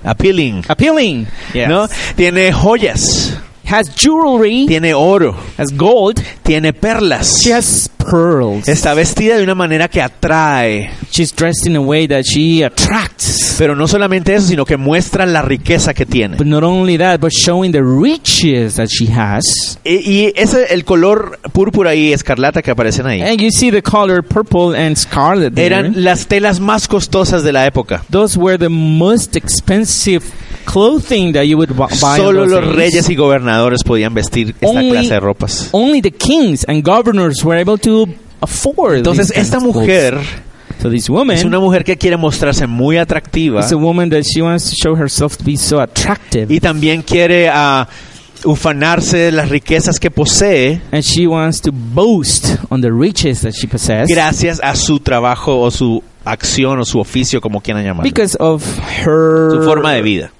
Speaker 3: Appealing.
Speaker 4: appealing.
Speaker 3: ¿no? Tiene joyas,
Speaker 4: Has jewelry,
Speaker 3: tiene oro,
Speaker 4: has gold.
Speaker 3: tiene perlas.
Speaker 4: She has pearls.
Speaker 3: Está vestida de una manera que atrae.
Speaker 4: She's dressed in a way that she attracts.
Speaker 3: Pero no solamente eso, sino que muestra la riqueza que tiene.
Speaker 4: But not only that, but showing the riches that she has.
Speaker 3: E, Y, y ese, el color púrpura y escarlata que aparecen ahí
Speaker 4: And you see the color purple and scarlet there.
Speaker 3: eran las telas más costosas de la época.
Speaker 4: Those were the most expensive clothing that you would bu- buy. in
Speaker 3: Solo
Speaker 4: those
Speaker 3: los
Speaker 4: days.
Speaker 3: reyes y gobernadores podían vestir esta
Speaker 4: Only-
Speaker 3: clase de ropas.
Speaker 4: Only the kings and governors were able to afford.
Speaker 3: Entonces,
Speaker 4: these kinds
Speaker 3: esta
Speaker 4: of clothes.
Speaker 3: mujer
Speaker 4: so this woman
Speaker 3: es una mujer que quiere mostrarse muy atractiva
Speaker 4: is a woman that she wants to show herself to be so attractive,
Speaker 3: y también quiere ah, ufanarse de las riquezas que posee
Speaker 4: and she wants to boast on the riches that she possesses
Speaker 3: gracias a su trabajo o su acción o su oficio, como quieran llamarlo.
Speaker 4: because of
Speaker 3: Su
Speaker 4: her
Speaker 3: forma de vida.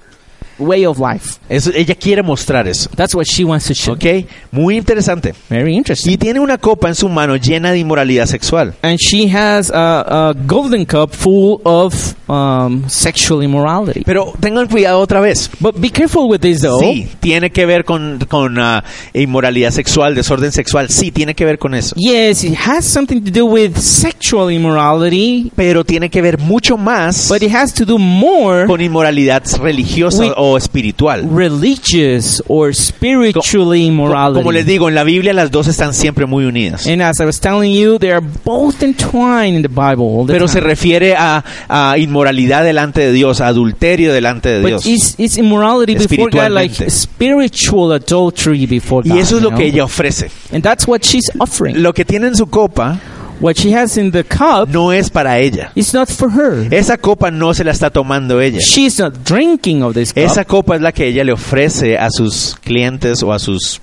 Speaker 4: way of life.
Speaker 3: Eso- ella quiere mostrar eso.
Speaker 4: That's what she wants to show.
Speaker 3: ¿Ok? Muy interesante.
Speaker 4: Very interesting.
Speaker 3: Y tiene una copa en su mano llena de inmoralidad sexual.
Speaker 4: And she has a, a golden cup full of um, sexual immorality.
Speaker 3: Pero tengan cuidado otra vez.
Speaker 4: But be careful with this, though.
Speaker 3: Sí, tiene que ver con, con ah, inmoralidad sexual, desorden sexual. Sí, tiene que ver con eso.
Speaker 4: Yes, it has something to do with sexual immorality,
Speaker 3: Pero tiene que ver mucho más
Speaker 4: but it has to do more
Speaker 3: con inmoralidad religiosa
Speaker 4: With-
Speaker 3: o espiritual.
Speaker 4: religious or spiritually immorality.
Speaker 3: Como les digo, en la Biblia las dos están siempre muy unidas.
Speaker 4: And as I was telling you, they are both entwined in the Bible. all the
Speaker 3: Pero se
Speaker 4: time.
Speaker 3: refiere a, a inmoralidad delante de Dios, a adulterio delante de
Speaker 4: But
Speaker 3: Dios.
Speaker 4: it's, it's immorality before God, like
Speaker 3: Espiritualmente.
Speaker 4: spiritual adultery before God.
Speaker 3: Y eso es
Speaker 4: you
Speaker 3: lo que
Speaker 4: know?
Speaker 3: ella ofrece.
Speaker 4: And that's what she's offering.
Speaker 3: Lo que tiene en su copa
Speaker 4: What she has in the cup
Speaker 3: no es para ella.
Speaker 4: is not for her.
Speaker 3: Esa copa no se la está tomando ella.
Speaker 4: She's not drinking of this cup.
Speaker 3: Esa copa es la que ella le ofrece a sus clientes o a sus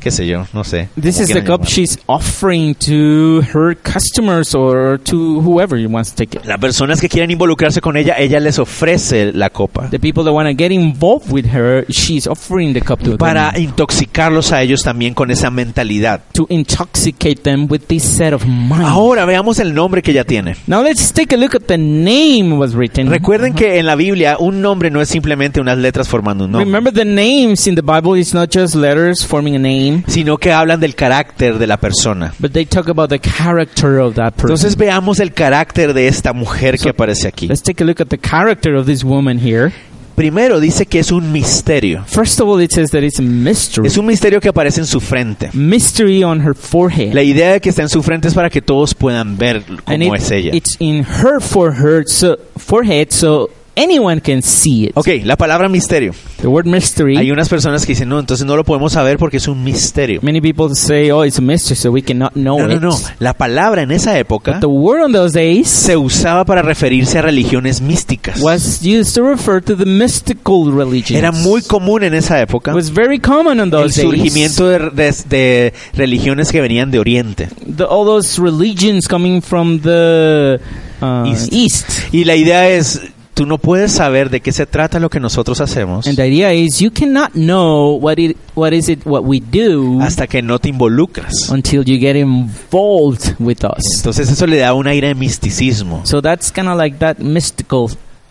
Speaker 3: qué sé yo, no sé.
Speaker 4: This
Speaker 3: como
Speaker 4: is the
Speaker 3: quieran
Speaker 4: cup
Speaker 3: llamarlo.
Speaker 4: she's offering to her customers or to whoever wants to take it.
Speaker 3: Las personas que quieren involucrarse con ella, ella les ofrece la copa
Speaker 4: The people that want to get involved with her, she's offering the cup to
Speaker 3: para
Speaker 4: them
Speaker 3: intoxicarlos a ellos también con esa mentalidad.
Speaker 4: to intoxicate them with this set of mind.
Speaker 3: Ahora veamos el nombre que ella tiene.
Speaker 4: Now let's take a look at the name was written.
Speaker 3: Recuerden que en la Biblia un nombre no es simplemente unas letras formando un nombre,
Speaker 4: Remember the names in the Bible is not just letters forming a name,
Speaker 3: sino que hablan del carácter de la persona.
Speaker 4: but they talk about the character of that person.
Speaker 3: Entonces veamos el carácter de esta mujer que aparece aquí.
Speaker 4: let's take a look at the character of this woman here.
Speaker 3: Primero dice que es un misterio.
Speaker 4: First of all, it says that it's a mystery.
Speaker 3: Es un misterio que aparece en su frente.
Speaker 4: mystery on her forehead.
Speaker 3: La idea de que está en su frente es para que todos puedan ver
Speaker 4: and
Speaker 3: cómo
Speaker 4: it-
Speaker 3: es ella.
Speaker 4: it's in her for her so forehead so anyone can see it.
Speaker 3: Ok, la palabra misterio.
Speaker 4: The word mystery.
Speaker 3: Hay unas personas que dicen, no, entonces no lo podemos saber porque es un misterio.
Speaker 4: many people say, "Oh, it's a mystery, so we cannot know
Speaker 3: No, no,
Speaker 4: it."
Speaker 3: no. La palabra en esa época
Speaker 4: But the word on those days
Speaker 3: se usaba para referirse a religiones místicas.
Speaker 4: was used to refer to the mystical religions.
Speaker 3: Era muy común en esa época
Speaker 4: It was very common on
Speaker 3: el
Speaker 4: those days.
Speaker 3: surgimiento de, de- de religiones que venían de Oriente.
Speaker 4: The, all those religions coming from the uh,
Speaker 3: East.
Speaker 4: east.
Speaker 3: Y la idea es, tú no puedes saber de qué se trata lo que nosotros hacemos
Speaker 4: And the idea is you cannot know what it what is it what we do
Speaker 3: hasta que no te involucras.
Speaker 4: until you get involved with us.
Speaker 3: Entonces eso le da un aire de misticismo.
Speaker 4: So that's kind of like that mystical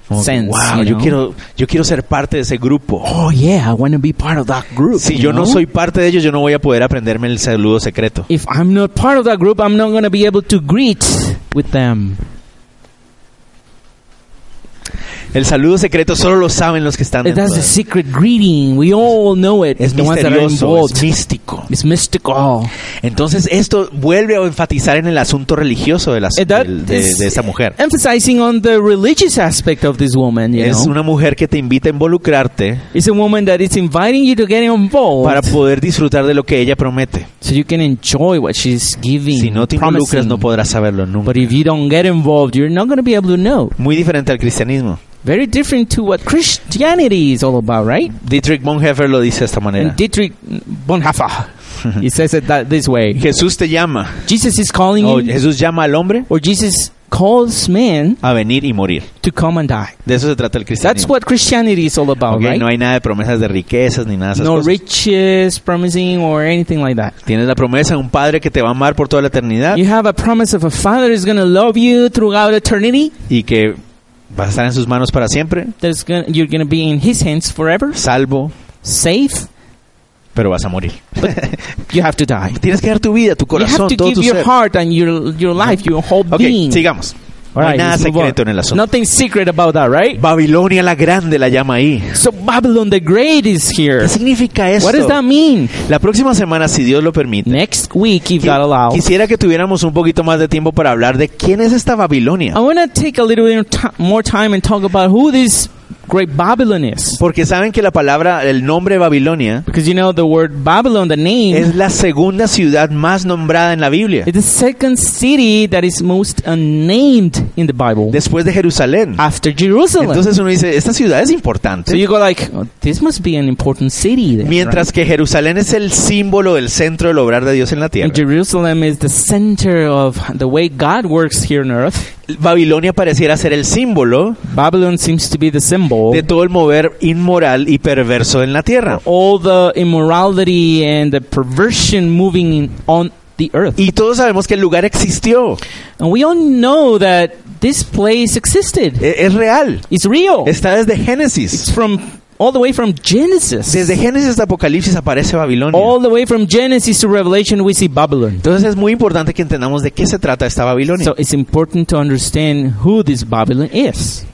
Speaker 3: Como que,
Speaker 4: sense.
Speaker 3: Oh, wow,
Speaker 4: you
Speaker 3: yo
Speaker 4: know?
Speaker 3: quiero, yo quiero ser parte de ese grupo.
Speaker 4: Oh yeah, I want to be part of that group.
Speaker 3: Si
Speaker 4: you
Speaker 3: yo no
Speaker 4: know?
Speaker 3: soy parte de ellos, yo no voy a poder aprenderme el saludo secreto.
Speaker 4: if I'm not part of that group, I'm not gonna be able to greet with them.
Speaker 3: El saludo secreto solo lo saben los que están
Speaker 4: That's
Speaker 3: dentro
Speaker 4: the
Speaker 3: de-
Speaker 4: secret greeting. We all know it.
Speaker 3: Es
Speaker 4: the ones that are
Speaker 3: misterioso,
Speaker 4: involved.
Speaker 3: es Oh, místico.
Speaker 4: It's mystical. Eh,
Speaker 3: Entonces esto vuelve a enfatizar en el asunto religioso de, las-
Speaker 4: And that
Speaker 3: del- de,
Speaker 4: is
Speaker 3: de esa mujer.
Speaker 4: Emphasizing on the religious aspect of this woman, you
Speaker 3: Es
Speaker 4: know.
Speaker 3: una mujer que te invita a involucrarte
Speaker 4: it's a woman that is inviting you to get involved
Speaker 3: para poder disfrutar de lo que ella promete.
Speaker 4: so you can enjoy what she's giving.
Speaker 3: Si no te involucras
Speaker 4: promising.
Speaker 3: no podrás saberlo nunca.
Speaker 4: But if you don't get involved, you're not going to be able to know.
Speaker 3: Muy diferente al cristianismo.
Speaker 4: Very different to what Christianity is all about, right?
Speaker 3: Dietrich Bonhoeffer lo dice de esta manera.
Speaker 4: And Dietrich Bonhoeffer, he says it that this way.
Speaker 3: Jesús te llama.
Speaker 4: Jesus is calling
Speaker 3: O
Speaker 4: you,
Speaker 3: Jesús llama al hombre
Speaker 4: or Jesus calls man
Speaker 3: a venir y morir.
Speaker 4: to come and die.
Speaker 3: De eso se trata el
Speaker 4: That's
Speaker 3: cristianismo.
Speaker 4: what Christianity is all about,
Speaker 3: Ok,
Speaker 4: right?
Speaker 3: No hay nada de promesas de riquezas ni nada de esas
Speaker 4: no
Speaker 3: cosas.
Speaker 4: riches, promising, or anything like that.
Speaker 3: Tienes la promesa de un padre que te va a amar por toda la eternidad
Speaker 4: You have a promise of a father is going to love you throughout eternity.
Speaker 3: y que vas a estar en sus manos para siempre,
Speaker 4: That's gonna, you're going to be in his hands forever,
Speaker 3: salvo,
Speaker 4: safe.
Speaker 3: pero vas a morir.
Speaker 4: You have to die.
Speaker 3: (laughs) Tienes que dar tu vida, tu
Speaker 4: you have
Speaker 3: corazón,
Speaker 4: to
Speaker 3: todo
Speaker 4: give
Speaker 3: tu
Speaker 4: your
Speaker 3: ser.
Speaker 4: heart and your your life, your whole
Speaker 3: Ok,
Speaker 4: being.
Speaker 3: sigamos.
Speaker 4: All
Speaker 3: No hay
Speaker 4: right,
Speaker 3: nada
Speaker 4: let's move
Speaker 3: secreto
Speaker 4: on.
Speaker 3: en el asunto.
Speaker 4: Nothing secret about that, right?
Speaker 3: Babilonia la Grande la llama ahí.
Speaker 4: So Babylon the Great is here.
Speaker 3: ¿Qué significa eso?
Speaker 4: What does that mean?
Speaker 3: La próxima semana, si Dios lo permite,
Speaker 4: Next week, if
Speaker 3: qui-
Speaker 4: God allows,
Speaker 3: quisiera que tuviéramos un poquito más de tiempo para hablar de quién es esta Babilonia.
Speaker 4: I want to take a little bit of ti- more time and talk about who this great Babylon is.
Speaker 3: Porque saben que la palabra, el nombre Babilonia,
Speaker 4: Because you know the word Babylon, the name,
Speaker 3: es la segunda ciudad más nombrada en la Biblia.
Speaker 4: is the second city that is most unnamed in the Bible
Speaker 3: Después de Jerusalén.
Speaker 4: after Jerusalem.
Speaker 3: Entonces uno dice, esta ciudad es
Speaker 4: So
Speaker 3: importante.
Speaker 4: you go like, "Oh, this must be an important city. Then, right?
Speaker 3: Mientras que Jerusalén es el símbolo del centro del obrar de Dios en la
Speaker 4: And
Speaker 3: tierra.
Speaker 4: Jerusalem is the center of the way God works here on earth.
Speaker 3: Babilonia pareciera ser el símbolo
Speaker 4: Babylon seems to be the symbol.
Speaker 3: de todo el mover inmoral y perverso en la tierra.
Speaker 4: all the immorality and the perversion moving in on the earth.
Speaker 3: Y todos sabemos que el lugar existió.
Speaker 4: And we all know that this place existed.
Speaker 3: E- Es real.
Speaker 4: It's real.
Speaker 3: Está desde Génesis.
Speaker 4: It's from all the way from Genesis.
Speaker 3: Desde Génesis hasta Apocalipsis aparece Babilonia.
Speaker 4: All the way from Genesis to Revelation we see Babylon.
Speaker 3: Entonces es muy importante que entendamos de qué se trata esta Babilonia.
Speaker 4: So it's important to understand who this Babylon is.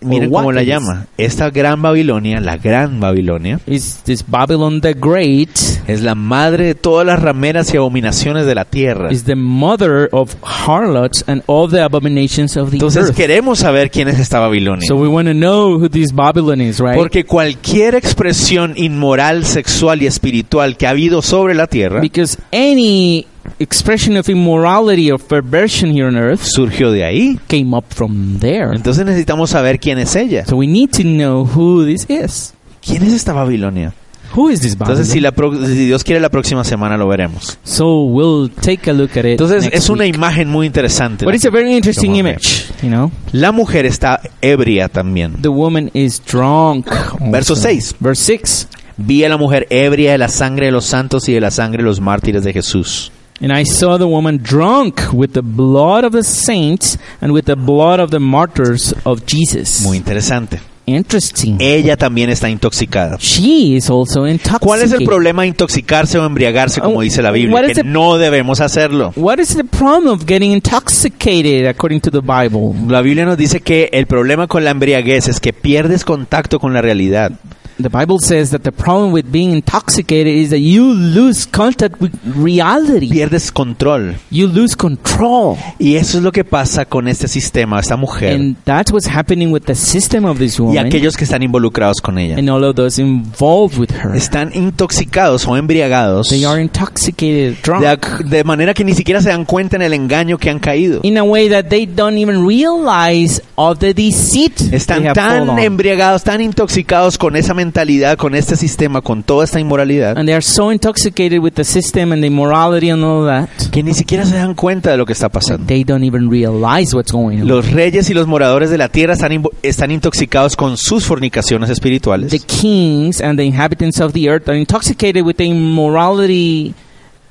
Speaker 3: Miren
Speaker 4: or what
Speaker 3: cómo la
Speaker 4: it is.
Speaker 3: llama. Esta gran Babilonia, la gran Babilonia,
Speaker 4: Is this Babylon the Great?
Speaker 3: es la madre de todas las rameras y abominaciones de la tierra.
Speaker 4: Is the mother of harlots and all the abominations of the
Speaker 3: Entonces
Speaker 4: earth.
Speaker 3: queremos saber quién es esta Babilonia.
Speaker 4: So we want to know who this Babylon is, right?
Speaker 3: Porque cualquier expresión inmoral, sexual y espiritual que ha habido sobre la tierra
Speaker 4: Because any expression of immorality or perversion here on earth
Speaker 3: surgió de ahí.
Speaker 4: came up from there.
Speaker 3: Entonces necesitamos saber quién es ella.
Speaker 4: So we need to know who this is.
Speaker 3: ¿Quién es esta Babilonia?
Speaker 4: Who is this Babylon?
Speaker 3: Entonces si, la pro- si Dios quiere la próxima semana lo veremos.
Speaker 4: so we'll take a look at it.
Speaker 3: Entonces
Speaker 4: next
Speaker 3: es una
Speaker 4: week.
Speaker 3: imagen muy interesante.
Speaker 4: But it's a very interesting
Speaker 3: Come on,
Speaker 4: image, you know.
Speaker 3: La mujer está ebria también.
Speaker 4: The woman is drunk. also.
Speaker 3: Verso 6.
Speaker 4: Verse 6.
Speaker 3: Vi a la mujer ebria de la sangre de los santos y de la sangre de los mártires de Jesús.
Speaker 4: And I saw the woman drunk with the blood of the saints and with the blood of the martyrs of Jesus.
Speaker 3: Muy Eh. interesante.
Speaker 4: interesting.
Speaker 3: Ella también está intoxicada.
Speaker 4: She is also intoxicated.
Speaker 3: ¿Cuál es el problema de intoxicarse o embriagarse, como
Speaker 4: Oh,
Speaker 3: dice la
Speaker 4: what
Speaker 3: Biblia?
Speaker 4: is
Speaker 3: Que
Speaker 4: the-
Speaker 3: no debemos hacerlo.
Speaker 4: What is the problem of getting intoxicated according to the Bible?
Speaker 3: La Biblia nos dice que el problema con la embriaguez es que pierdes contacto con la realidad.
Speaker 4: The Bible says that the problem with being intoxicated is that you lose contact with reality.
Speaker 3: Pierdes control.
Speaker 4: You lose control.
Speaker 3: Y eso es lo que pasa con este sistema, esta mujer
Speaker 4: And that's what's happening with the system of this
Speaker 3: y
Speaker 4: woman
Speaker 3: aquellos que están involucrados con ella.
Speaker 4: and all of those involved with her.
Speaker 3: Están intoxicados o embriagados
Speaker 4: They are
Speaker 3: de,
Speaker 4: intoxicated, drunk,
Speaker 3: ac- de manera que ni siquiera se dan cuenta en el engaño que han caído.
Speaker 4: in a way that they don't even realize of the deceit they
Speaker 3: Están
Speaker 4: have
Speaker 3: tan
Speaker 4: fallen.
Speaker 3: embriagados, tan intoxicados con esa mentalidad, con este sistema, con toda esta inmoralidad,
Speaker 4: And they are so intoxicated with the system and the morality and all that,
Speaker 3: que ni siquiera se dan cuenta de lo que está pasando.
Speaker 4: they don't even realize what's going on.
Speaker 3: Los reyes y los moradores de la tierra están, invo- están intoxicados con sus fornicaciones
Speaker 4: the
Speaker 3: espirituales,
Speaker 4: kings and the inhabitants of the earth are intoxicated with the immorality,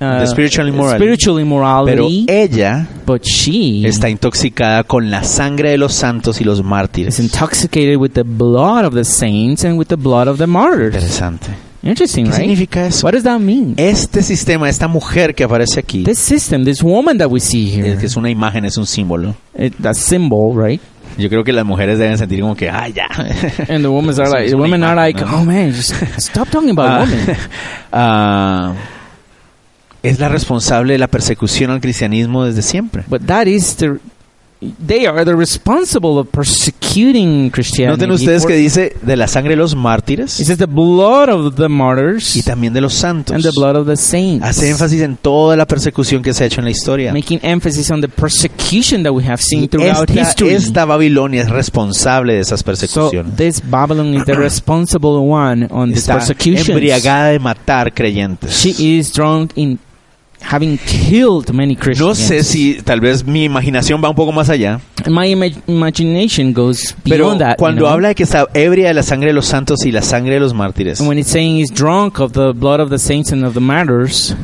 Speaker 4: uh,
Speaker 3: The spiritual immorality.
Speaker 4: spiritual
Speaker 3: pero
Speaker 4: immorality,
Speaker 3: ella
Speaker 4: but she
Speaker 3: está intoxicada con la sangre de los santos y los
Speaker 4: is
Speaker 3: mártires.
Speaker 4: intoxicated with the blood of the saints and with the blood of the martyrs.
Speaker 3: Interesante.
Speaker 4: Interesting,
Speaker 3: ¿Qué
Speaker 4: right?
Speaker 3: significa eso? E
Speaker 4: What does that mean?
Speaker 3: Este sistema, esta mujer que aparece aquí,
Speaker 4: This system, this woman that we see
Speaker 3: eh,
Speaker 4: here,
Speaker 3: que es una imagen, es un símbolo,
Speaker 4: it, that symbol, right?
Speaker 3: Yo creo que las mujeres deben sentir como que, ah,
Speaker 4: (laughs)
Speaker 3: ya.
Speaker 4: And the
Speaker 3: (laughs)
Speaker 4: women are like, the women are like, oh man, just stop talking
Speaker 3: Uh, (laughs)
Speaker 4: about women.
Speaker 3: Ah, es la responsable de la persecución al cristianismo desde siempre.
Speaker 4: But that is the, they are the responsible of persecuting Christianity.
Speaker 3: Noten ustedes
Speaker 4: for-
Speaker 3: que dice de la sangre de los mártires
Speaker 4: it says the blood of the
Speaker 3: y
Speaker 4: martyrs
Speaker 3: también de los santos.
Speaker 4: and the blood of the saints.
Speaker 3: Hace énfasis en toda la persecución que se ha hecho en la historia.
Speaker 4: Making emphasis on the persecution that we have seen throughout
Speaker 3: Esta,
Speaker 4: history.
Speaker 3: esta Babilonia es responsable de esas
Speaker 4: so
Speaker 3: persecuciones.
Speaker 4: this Babylon is
Speaker 3: (clears throat)
Speaker 4: the responsible one on this
Speaker 3: Está
Speaker 4: persecution.
Speaker 3: embriagada de matar creyentes.
Speaker 4: She is drunk in having killed many
Speaker 3: No
Speaker 4: Christians.
Speaker 3: sé si tal vez mi imaginación va un poco más allá,
Speaker 4: My ima- imagination goes
Speaker 3: pero
Speaker 4: beyond that. you
Speaker 3: cuando
Speaker 4: know?
Speaker 3: habla de que está ebria de la sangre de los santos y la sangre de los mártires,
Speaker 4: And when it's saying he's drunk of the blood of the saints and of the martyrs,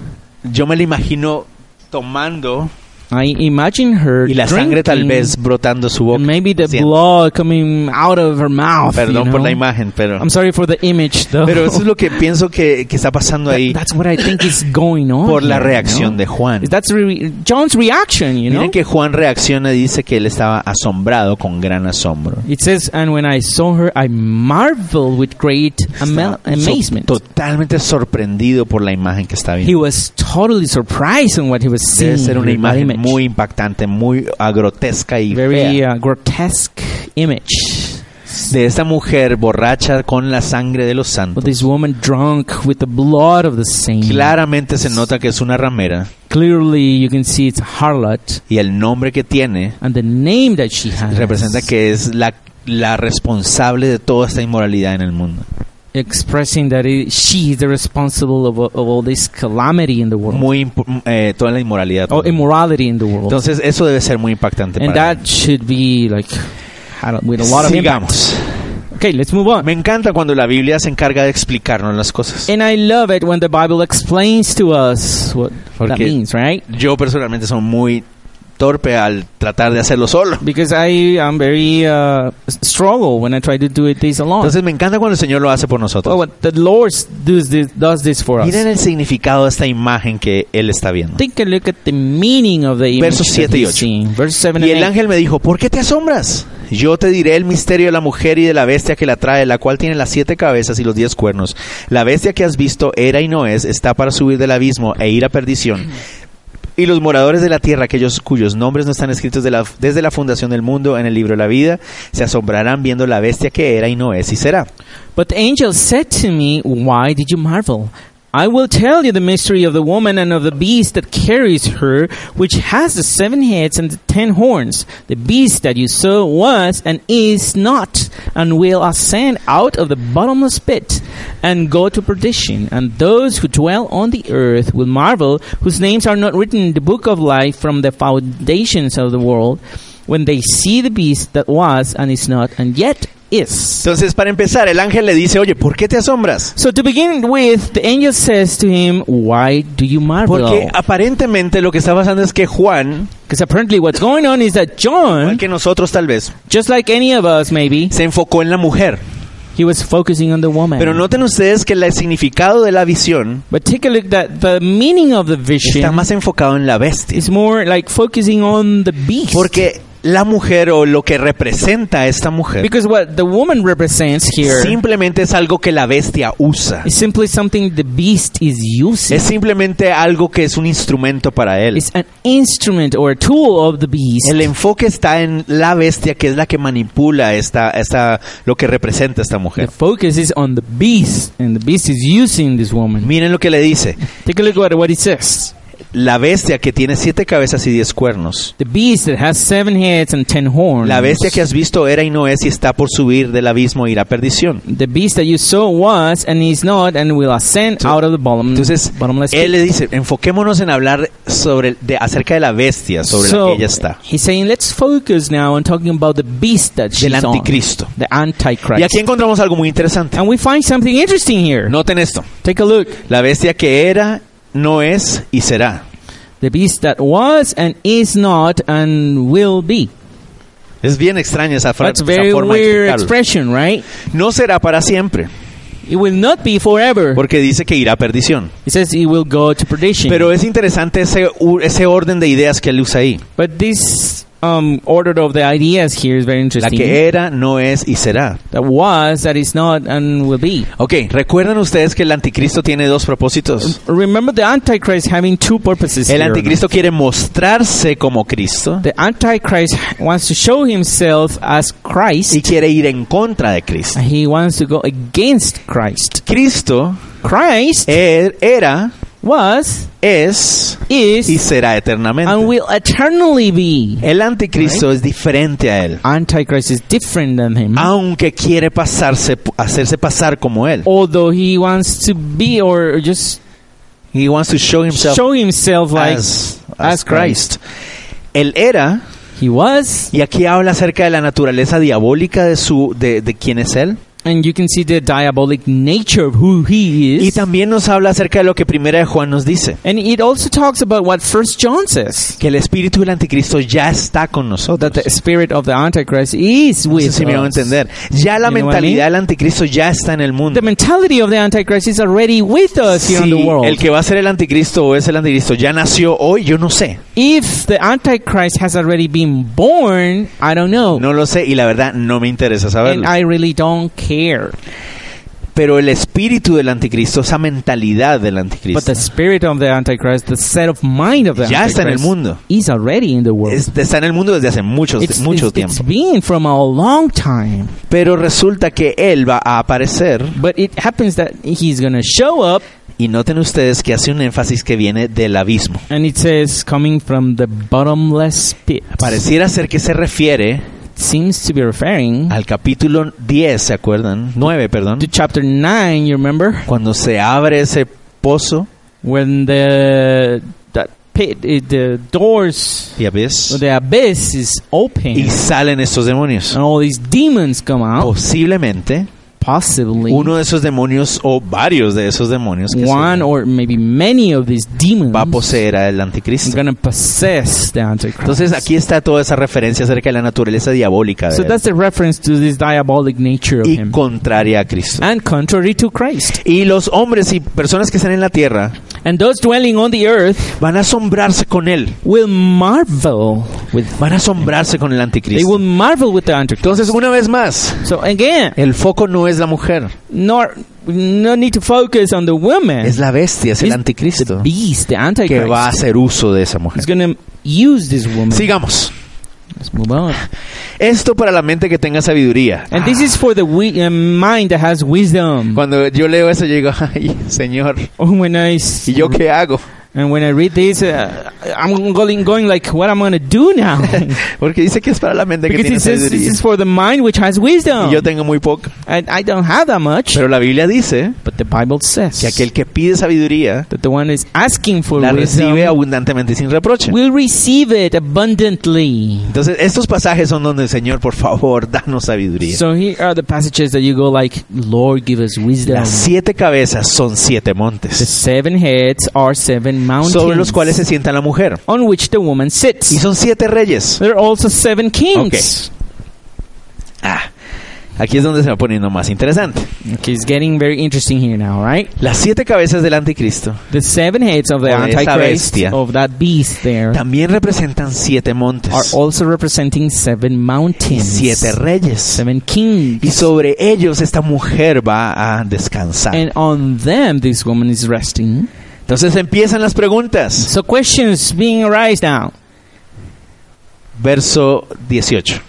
Speaker 3: yo me la imagino tomando
Speaker 4: I imagine her
Speaker 3: y la sangre tal
Speaker 4: drinking,
Speaker 3: vez brotando su
Speaker 4: and
Speaker 3: boca.
Speaker 4: maybe the
Speaker 3: Siento.
Speaker 4: blood coming out of her mouth. you
Speaker 3: Perdón por
Speaker 4: know?
Speaker 3: la imagen, pero
Speaker 4: I'm sorry for the image, though.
Speaker 3: pero
Speaker 4: (laughs)
Speaker 3: eso es lo que pienso que, que está pasando ahí
Speaker 4: That's what I think is going on.
Speaker 3: por la
Speaker 4: here,
Speaker 3: reacción
Speaker 4: you
Speaker 3: de
Speaker 4: know?
Speaker 3: Juan.
Speaker 4: That's re- John's reaction, you know.
Speaker 3: Miren que Juan reacciona y dice que él estaba asombrado con gran asombro.
Speaker 4: It says, and when I saw her, I marveled with great
Speaker 3: Estaba
Speaker 4: ama-
Speaker 3: so-
Speaker 4: amazement.
Speaker 3: Totalmente sorprendido por la imagen que está
Speaker 4: He
Speaker 3: viendo.
Speaker 4: was totally surprised on what he was seeing.
Speaker 3: Debe ser una
Speaker 4: that
Speaker 3: imagen
Speaker 4: image.
Speaker 3: muy impactante, muy ah, grotesca y
Speaker 4: very
Speaker 3: fea.
Speaker 4: uh, grotesque image.
Speaker 3: de esta mujer borracha con la sangre de los
Speaker 4: But
Speaker 3: santos.
Speaker 4: this woman drunk with the blood of the saints.
Speaker 3: Claramente se nota que es una ramera
Speaker 4: Clearly, you can see it's a harlot,
Speaker 3: y el nombre que tiene
Speaker 4: and the name that she has
Speaker 3: representa que es la, la responsable de toda esta inmoralidad en el mundo.
Speaker 4: expressing that it, she is the responsible of, of all this calamity in the world,
Speaker 3: Muy impu- eh, toda la inmoralidad.
Speaker 4: or immorality in the world,
Speaker 3: Entonces eso debe ser muy impactante.
Speaker 4: Oh, and
Speaker 3: para
Speaker 4: that should be like had a- with a lot of impact.
Speaker 3: Sigamos.
Speaker 4: Okay, let's move on.
Speaker 3: Me encanta cuando la Biblia se encarga de explicarnos las cosas.
Speaker 4: And I love it when the Bible explains to us what that
Speaker 3: Porque-
Speaker 4: means, right?
Speaker 3: Yo personalmente soy muy torpe al tratar de hacerlo solo.
Speaker 4: Because I am very uh, s- struggle when I try to do it this alone.
Speaker 3: Entonces me encanta cuando el Señor lo hace por
Speaker 4: Well,
Speaker 3: nosotros.
Speaker 4: what the Lord does this, does this for us.
Speaker 3: Miren el significado de esta imagen que Él está viendo.
Speaker 4: Take a look at the meaning of the image
Speaker 3: Versos
Speaker 4: that
Speaker 3: siete y
Speaker 4: he's
Speaker 3: ocho.
Speaker 4: seeing. Verse 7
Speaker 3: Y el
Speaker 4: and 8.
Speaker 3: ángel me dijo, ¿por qué te asombras? Yo te diré el misterio de la mujer y de la bestia que la trae, la cual tiene las siete cabezas y los diez cuernos. La bestia que has visto era y no es, está para subir del abismo e ir a perdición. Y los moradores de la tierra, aquellos cuyos nombres no están escritos de la- desde la fundación del mundo en el libro de la vida, se asombrarán viendo la bestia que era y no es y será.
Speaker 4: But the angel said to me, Why did you marvel? I will tell you the mystery of the woman and of the beast that carries her, which has the seven heads and the ten horns. The beast that you saw was and is not, and will ascend out of the bottomless pit and go to perdition. And those who dwell on the earth will marvel, whose names are not written in the book of life from the foundations of the world, when they see the beast that was and is not, and yet is.
Speaker 3: Entonces, para empezar, el ángel le dice, oye, ¿por qué te asombras?
Speaker 4: So to begin with, the angel says to him, "Why do
Speaker 3: Porque
Speaker 4: you marvel?"
Speaker 3: aparentemente lo que está pasando es que Juan,
Speaker 4: Because apparently, what's going on is that
Speaker 3: igual
Speaker 4: John,
Speaker 3: que nosotros tal vez,
Speaker 4: just like any of us, maybe
Speaker 3: se enfocó en la mujer.
Speaker 4: he was focusing on the woman.
Speaker 3: Pero noten ustedes que el significado de la visión
Speaker 4: But take a look that the meaning of the
Speaker 3: está
Speaker 4: vision
Speaker 3: más enfocado en la bestia.
Speaker 4: is more like focusing on the beast.
Speaker 3: Porque la mujer o lo que representa a esta mujer
Speaker 4: because what the woman represents here
Speaker 3: simplemente es algo que la bestia usa.
Speaker 4: is simply something the beast is using.
Speaker 3: Es simplemente algo que es un instrumento para él.
Speaker 4: It's an instrument or a tool of the beast.
Speaker 3: El enfoque está en la bestia que es la que manipula esta, esta, lo que representa esta
Speaker 4: the
Speaker 3: mujer.
Speaker 4: focus is on the beast, and the beast is using this woman.
Speaker 3: Miren lo que le dice.
Speaker 4: Take a look at what it says.
Speaker 3: La bestia que tiene siete cabezas y diez cuernos.
Speaker 4: The beast that has seven heads and ten horns.
Speaker 3: La bestia que has visto era y no es y está por subir del abismo e ir a perdición.
Speaker 4: the beast that you saw was and is not and will ascend out of the bottom,
Speaker 3: Entonces,
Speaker 4: bottomless
Speaker 3: él
Speaker 4: pit.
Speaker 3: le dice, enfoquémonos en hablar sobre, de, acerca de la bestia sobre la que ella está,
Speaker 4: he's saying, let's focus now on talking about the beast that she's
Speaker 3: del anticristo.
Speaker 4: on, the antichrist.
Speaker 3: Y aquí encontramos algo muy interesante.
Speaker 4: and we find something interesting here.
Speaker 3: Noten esto.
Speaker 4: Take a look.
Speaker 3: La bestia que era, no es y será.
Speaker 4: The beast that was and is not and will be.
Speaker 3: Es bien extraña esa, fra-
Speaker 4: That's
Speaker 3: esa
Speaker 4: very
Speaker 3: forma de
Speaker 4: weird
Speaker 3: explicarlo.
Speaker 4: expression, right?
Speaker 3: No será para siempre,
Speaker 4: It will not be forever.
Speaker 3: porque dice que irá a perdición.
Speaker 4: It says it will go to perdition.
Speaker 3: Pero es interesante ese, u- ese orden de ideas que él usa ahí.
Speaker 4: but this um, order of the ideas here is very
Speaker 3: La
Speaker 4: interesting.
Speaker 3: que era, no es y será.
Speaker 4: that was, that is not, and will be.
Speaker 3: Ok, recuerdan ustedes que el anticristo tiene dos propósitos.
Speaker 4: Remember the Antichrist having two purposes
Speaker 3: El
Speaker 4: here.
Speaker 3: anticristo quiere mostrarse como Cristo
Speaker 4: The Antichrist wants to show himself as
Speaker 3: y
Speaker 4: Christ.
Speaker 3: quiere ir en contra de Cristo.
Speaker 4: and He wants to go against Christ.
Speaker 3: Cristo
Speaker 4: Christ
Speaker 3: er- era,
Speaker 4: was,
Speaker 3: es y
Speaker 4: is,
Speaker 3: será eternamente.
Speaker 4: and will eternally be.
Speaker 3: El anticristo es diferente a él,
Speaker 4: Antichrist is different than him.
Speaker 3: Mm-hmm. aunque quiere pasarse, hacerse pasar como él.
Speaker 4: Although he wants to be or just
Speaker 3: He wants to show himself
Speaker 4: show himself like
Speaker 3: as,
Speaker 4: as
Speaker 3: as Christ. Él era,
Speaker 4: he was,
Speaker 3: y aquí habla acerca de la naturaleza diabólica de su, de, de quién es él.
Speaker 4: and you can see the diabolic nature of who he
Speaker 3: Y
Speaker 4: is.
Speaker 3: también nos habla acerca de lo que Primera de Juan nos dice,
Speaker 4: And it also talks about what First John says.
Speaker 3: que el espíritu del anticristo ya está con
Speaker 4: That
Speaker 3: nosotros.
Speaker 4: the spirit of the Antichrist is
Speaker 3: No
Speaker 4: with
Speaker 3: sé si me va Oh, a
Speaker 4: us.
Speaker 3: entender. Ya la
Speaker 4: You know what I
Speaker 3: mentalidad del anticristo ya está en el mundo.
Speaker 4: The mentality of the Antichrist is already with us
Speaker 3: Si
Speaker 4: here in the world.
Speaker 3: el que va a ser el anticristo o es el anticristo ya nació hoy, yo no sé.
Speaker 4: If the Antichrist has already been born, I don't know.
Speaker 3: No lo sé y la verdad no me interesa
Speaker 4: and
Speaker 3: saberlo.
Speaker 4: I really don't care.
Speaker 3: Pero el espíritu del anticristo, esa mentalidad del
Speaker 4: But
Speaker 3: anticristo,
Speaker 4: the spirit of the Antichrist, the set of mind of the
Speaker 3: Ya
Speaker 4: Antichrist,
Speaker 3: está en el mundo.
Speaker 4: is already in the world.
Speaker 3: es- está en el mundo desde hace mucho,
Speaker 4: it's,
Speaker 3: mucho
Speaker 4: it's- it's
Speaker 3: tiempo.
Speaker 4: been from a long time.
Speaker 3: Pero resulta que él va a aparecer
Speaker 4: But it happens that he's going to show up,
Speaker 3: y noten ustedes que hace un énfasis que viene del abismo.
Speaker 4: and it says, coming from the bottomless pit.
Speaker 3: Pareciera ser que se refiere
Speaker 4: Seems to be referring
Speaker 3: al capítulo 10, ¿se acuerdan? 9, perdón.
Speaker 4: to chapter 9, you remember?
Speaker 3: Cuando se abre ese pozo,
Speaker 4: When the that pit, it, the doors,
Speaker 3: the abyss,
Speaker 4: the abyss is open,
Speaker 3: y salen estos demonios.
Speaker 4: and all these demons come out.
Speaker 3: Posiblemente
Speaker 4: Possibly
Speaker 3: uno de esos demonios o varios de esos demonios que se-
Speaker 4: one or maybe many of these demons
Speaker 3: va a poseer al
Speaker 4: are
Speaker 3: anticristo.
Speaker 4: going to possess the Antichrist.
Speaker 3: Entonces aquí está toda esa referencia acerca de la naturaleza diabólica de
Speaker 4: so
Speaker 3: él
Speaker 4: that's the reference to this diabolic nature of
Speaker 3: y
Speaker 4: him,
Speaker 3: contraria a Cristo.
Speaker 4: and contrary to Christ.
Speaker 3: Y los hombres y personas que están en la tierra
Speaker 4: And those dwelling on the earth
Speaker 3: van a asombrarse con él,
Speaker 4: will marvel with.
Speaker 3: van a asombrarse con el
Speaker 4: They
Speaker 3: anticristo.
Speaker 4: will marvel with the Antichrist.
Speaker 3: Entonces una vez más,
Speaker 4: So again,
Speaker 3: el foco no es la mujer,
Speaker 4: nor no need to focus on the woman.
Speaker 3: es la bestia, es el
Speaker 4: Es-
Speaker 3: anticristo
Speaker 4: beast, Eh. the
Speaker 3: que va a
Speaker 4: Antichrist,
Speaker 3: hacer uso de esa
Speaker 4: is
Speaker 3: mujer.
Speaker 4: going to use this woman.
Speaker 3: Sigamos.
Speaker 4: Let's move on.
Speaker 3: Esto para la mente que tenga sabiduría.
Speaker 4: And this is for the wi- uh, mind that has wisdom. Oh,
Speaker 3: Cuando yo leo eso, yo digo, (laughs) ay, Señor,
Speaker 4: When I s-
Speaker 3: ¿y yo qué hago?
Speaker 4: And when I read this, uh, I'm going, going like, what am I going to do now?
Speaker 3: Porque dice (laughs) que es para la mente que
Speaker 4: (laughs) because
Speaker 3: tiene
Speaker 4: it says this
Speaker 3: sabiduría.
Speaker 4: is for the mind which has wisdom.
Speaker 3: Y yo tengo muy poca.
Speaker 4: I, I don't have that much.
Speaker 3: Pero la Biblia dice
Speaker 4: But the Bible says
Speaker 3: que aquel que pide sabiduría
Speaker 4: that the one is asking for
Speaker 3: la
Speaker 4: wisdom
Speaker 3: recibe abundantemente y sin reproche.
Speaker 4: will receive it abundantly.
Speaker 3: Entonces, estos pasajes son donde el Señor, por favor, (laughs) danos sabiduría.
Speaker 4: So here are the passages that you go like, Lord, give us wisdom.
Speaker 3: Las siete cabezas son siete
Speaker 4: The
Speaker 3: montes
Speaker 4: seven heads are seven mountains
Speaker 3: sobre los cuales se sienta la mujer.
Speaker 4: on which the woman
Speaker 3: Y
Speaker 4: sits.
Speaker 3: son siete reyes.
Speaker 4: There are also seven kings.
Speaker 3: Ah, aquí es donde se va poniendo más interesante.
Speaker 4: Okay. it's getting very interesting here now, right?
Speaker 3: Las siete cabezas del anticristo
Speaker 4: The seven heads of the
Speaker 3: Or esa
Speaker 4: Antichrist,
Speaker 3: bestia.
Speaker 4: of that beast there,
Speaker 3: también representan siete montes
Speaker 4: are also representing seven
Speaker 3: y
Speaker 4: mountains,
Speaker 3: siete reyes.
Speaker 4: seven kings.
Speaker 3: Y sobre ellos esta mujer va a descansar.
Speaker 4: And on them, this woman is resting.
Speaker 3: Entonces empiezan las preguntas.
Speaker 4: So, questions being arise now.
Speaker 3: Verso 18.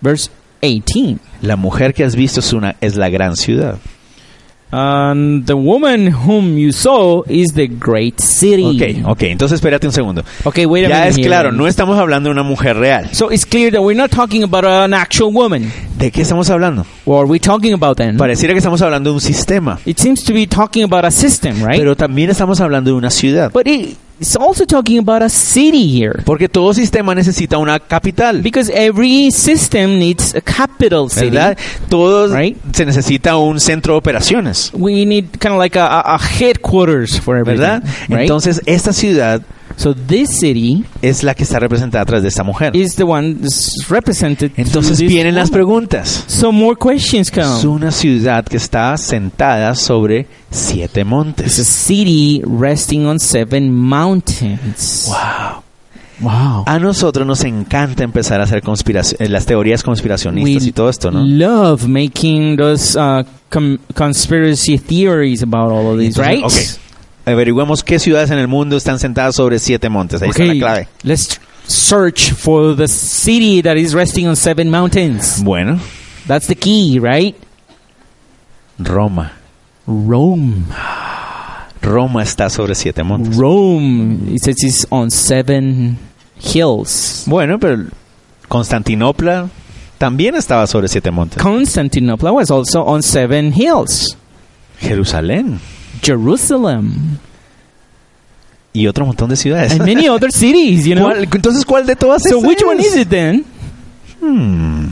Speaker 4: Verse 18.
Speaker 3: La mujer que has visto es, una, es la gran ciudad.
Speaker 4: And the woman whom you saw is the great city.
Speaker 3: Ok, ok, entonces espérate un segundo.
Speaker 4: Okay, wait a
Speaker 3: Ya
Speaker 4: minute.
Speaker 3: es
Speaker 4: here.
Speaker 3: claro, no estamos hablando de una mujer real.
Speaker 4: So, it's clear that we're not talking about an actual woman.
Speaker 3: ¿De qué estamos hablando?
Speaker 4: What are we talking about then?
Speaker 3: Pareciera que estamos hablando de un sistema,
Speaker 4: it seems to be talking about a system, right? Pues-
Speaker 3: pero también estamos hablando de una ciudad.
Speaker 4: but it, it's also talking about a city here.
Speaker 3: Porque todo sistema necesita una capital,
Speaker 4: Because every system needs a capital city.
Speaker 3: ¿verdad? Todo
Speaker 4: Right.
Speaker 3: se necesita un centro de operaciones,
Speaker 4: We need kind of like a, a, a headquarters for everything.
Speaker 3: ¿verdad?
Speaker 4: Right?
Speaker 3: Entonces, esta ciudad
Speaker 4: so this city
Speaker 3: es la que está representada a través de esta mujer.
Speaker 4: is the one that's represented. through
Speaker 3: Entonces
Speaker 4: this
Speaker 3: vienen las
Speaker 4: woman.
Speaker 3: preguntas.
Speaker 4: So more questions come.
Speaker 3: Es una ciudad que está sentada sobre siete
Speaker 4: it's a
Speaker 3: montes.
Speaker 4: city resting on seven mountains.
Speaker 3: Wow.
Speaker 4: Wow.
Speaker 3: A nosotros nos encanta empezar a hacer conspiraci- eh, las teorías conspiracionistas y todo esto, ¿no?
Speaker 4: love making those uh, com- conspiracy theories about all of these, right?
Speaker 3: Entonces, ok. Averigüemos qué ciudades en el mundo están sentadas sobre siete montes. Ahí está la clave.
Speaker 4: Let's search for the city that is resting on seven mountains.
Speaker 3: Bueno,
Speaker 4: That's the key, right?
Speaker 3: Roma.
Speaker 4: Rome.
Speaker 3: Roma está sobre siete montes.
Speaker 4: Rome. It says it's on seven hills.
Speaker 3: Bueno, pero Constantinopla también estaba sobre siete montes.
Speaker 4: Constantinople was also on seven hills.
Speaker 3: Jerusalén
Speaker 4: Jerusalem.
Speaker 3: y otro montón de ciudades.
Speaker 4: And many other cities, you know?
Speaker 3: ¿Cuál- entonces, ¿cuál de todas
Speaker 4: so
Speaker 3: esas
Speaker 4: which one
Speaker 3: es?
Speaker 4: is it then?
Speaker 3: Hmm,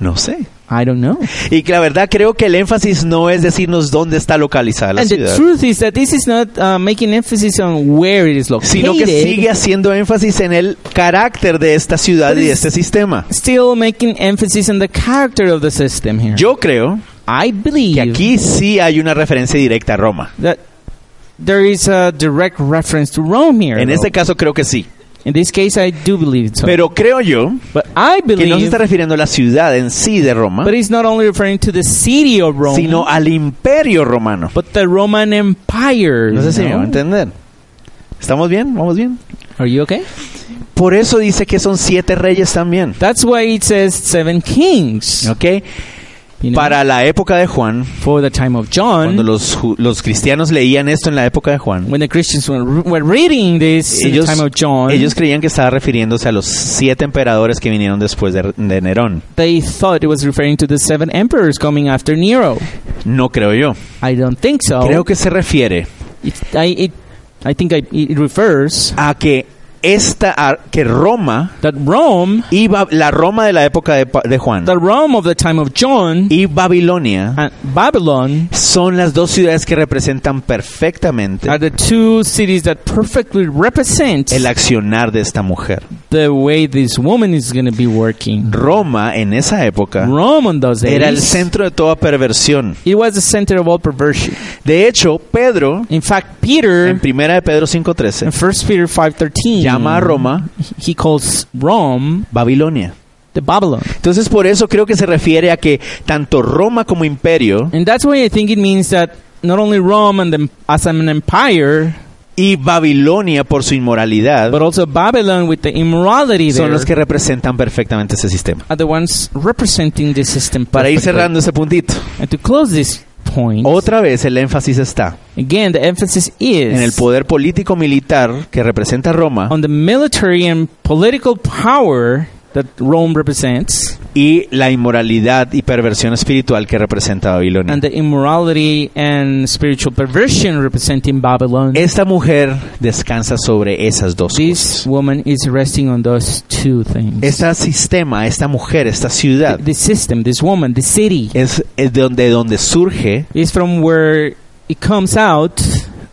Speaker 3: no sé.
Speaker 4: I don't know.
Speaker 3: Y que la verdad creo que el énfasis no es decirnos dónde está localizada la
Speaker 4: and
Speaker 3: ciudad,
Speaker 4: the truth is that this is not uh, making emphasis on where it is located.
Speaker 3: sino que sigue haciendo énfasis en el carácter de esta ciudad
Speaker 4: But
Speaker 3: y de
Speaker 4: it's-
Speaker 3: este sistema.
Speaker 4: Still making emphasis on the character of the system here.
Speaker 3: Yo creo
Speaker 4: I believe
Speaker 3: que aquí sí hay una referencia directa a Roma.
Speaker 4: that there is a direct reference to Rome here.
Speaker 3: En
Speaker 4: though.
Speaker 3: este caso creo que sí.
Speaker 4: In this case, I do believe so.
Speaker 3: Pero creo yo
Speaker 4: but I
Speaker 3: que no se
Speaker 4: believe,
Speaker 3: está refiriendo a la ciudad en sí de Roma,
Speaker 4: but it's not only referring to the city of Rome,
Speaker 3: sino al imperio romano.
Speaker 4: but the Roman Empire.
Speaker 3: No sé si
Speaker 4: you
Speaker 3: me va a
Speaker 4: know?
Speaker 3: entender. ¿Estamos bien? ¿Vamos bien?
Speaker 4: Are you okay?
Speaker 3: Por eso dice que son siete reyes también.
Speaker 4: That's why it says seven kings.
Speaker 3: ¿Ok?
Speaker 4: you know?
Speaker 3: Para la época de Juan,
Speaker 4: for the time of John,
Speaker 3: cuando los, ju- los cristianos leían esto en la época de Juan,
Speaker 4: when the Christians were, were reading this in the
Speaker 3: ellos,
Speaker 4: time of John,
Speaker 3: ellos creían que estaba refiriéndose a los siete emperadores que vinieron después de, de Nerón.
Speaker 4: they thought it was referring to the seven emperors coming after Nero.
Speaker 3: No creo yo.
Speaker 4: I don't think so.
Speaker 3: Creo que se refiere
Speaker 4: It, I, it, I think I, it refers
Speaker 3: a que esta a que Roma
Speaker 4: that Rome,
Speaker 3: iba la Roma de la época de, Pa- de Juan
Speaker 4: the Rome of the time of John,
Speaker 3: y Babilonia
Speaker 4: and Babylon
Speaker 3: son las dos ciudades que representan perfectamente
Speaker 4: are the two cities that perfectly represent
Speaker 3: el accionar de esta mujer.
Speaker 4: the way this woman is going to be working.
Speaker 3: Roma en esa época
Speaker 4: Rome on those days,
Speaker 3: era el centro de toda perversión.
Speaker 4: it was the center of all perversion.
Speaker 3: De hecho, Pedro
Speaker 4: In fact, Peter
Speaker 3: en primera de Pedro
Speaker 4: In
Speaker 3: 5:13
Speaker 4: First Peter five thirteen,
Speaker 3: llama a Roma
Speaker 4: He calls Rome
Speaker 3: Babilonia.
Speaker 4: the Babylon,
Speaker 3: Entonces, por eso creo que se refiere a que tanto Roma como imperio
Speaker 4: and that's why I think it means that not only Rome and the, as an empire,
Speaker 3: y Babilonia por su inmoralidad
Speaker 4: but also Babylon with the immorality
Speaker 3: son
Speaker 4: there
Speaker 3: los que representan perfectamente ese sistema.
Speaker 4: are the ones representing the system.
Speaker 3: Para ir
Speaker 4: perfectly.
Speaker 3: cerrando ese puntito,
Speaker 4: and to close this point,
Speaker 3: otra vez el énfasis está
Speaker 4: again the emphasis is
Speaker 3: en el poder político militar que representa Roma
Speaker 4: on the military and political power that Rome represents,
Speaker 3: y la inmoralidad y perversión espiritual que representa Babilonia.
Speaker 4: and the immorality and spiritual perversion representing Babylon.
Speaker 3: Esta mujer descansa sobre esas dos
Speaker 4: This
Speaker 3: cosas.
Speaker 4: woman is resting on those two things.
Speaker 3: Este sistema, esta mujer, esta ciudad
Speaker 4: the system, this woman, the city,
Speaker 3: es, es de donde, de donde surge
Speaker 4: is from where it comes out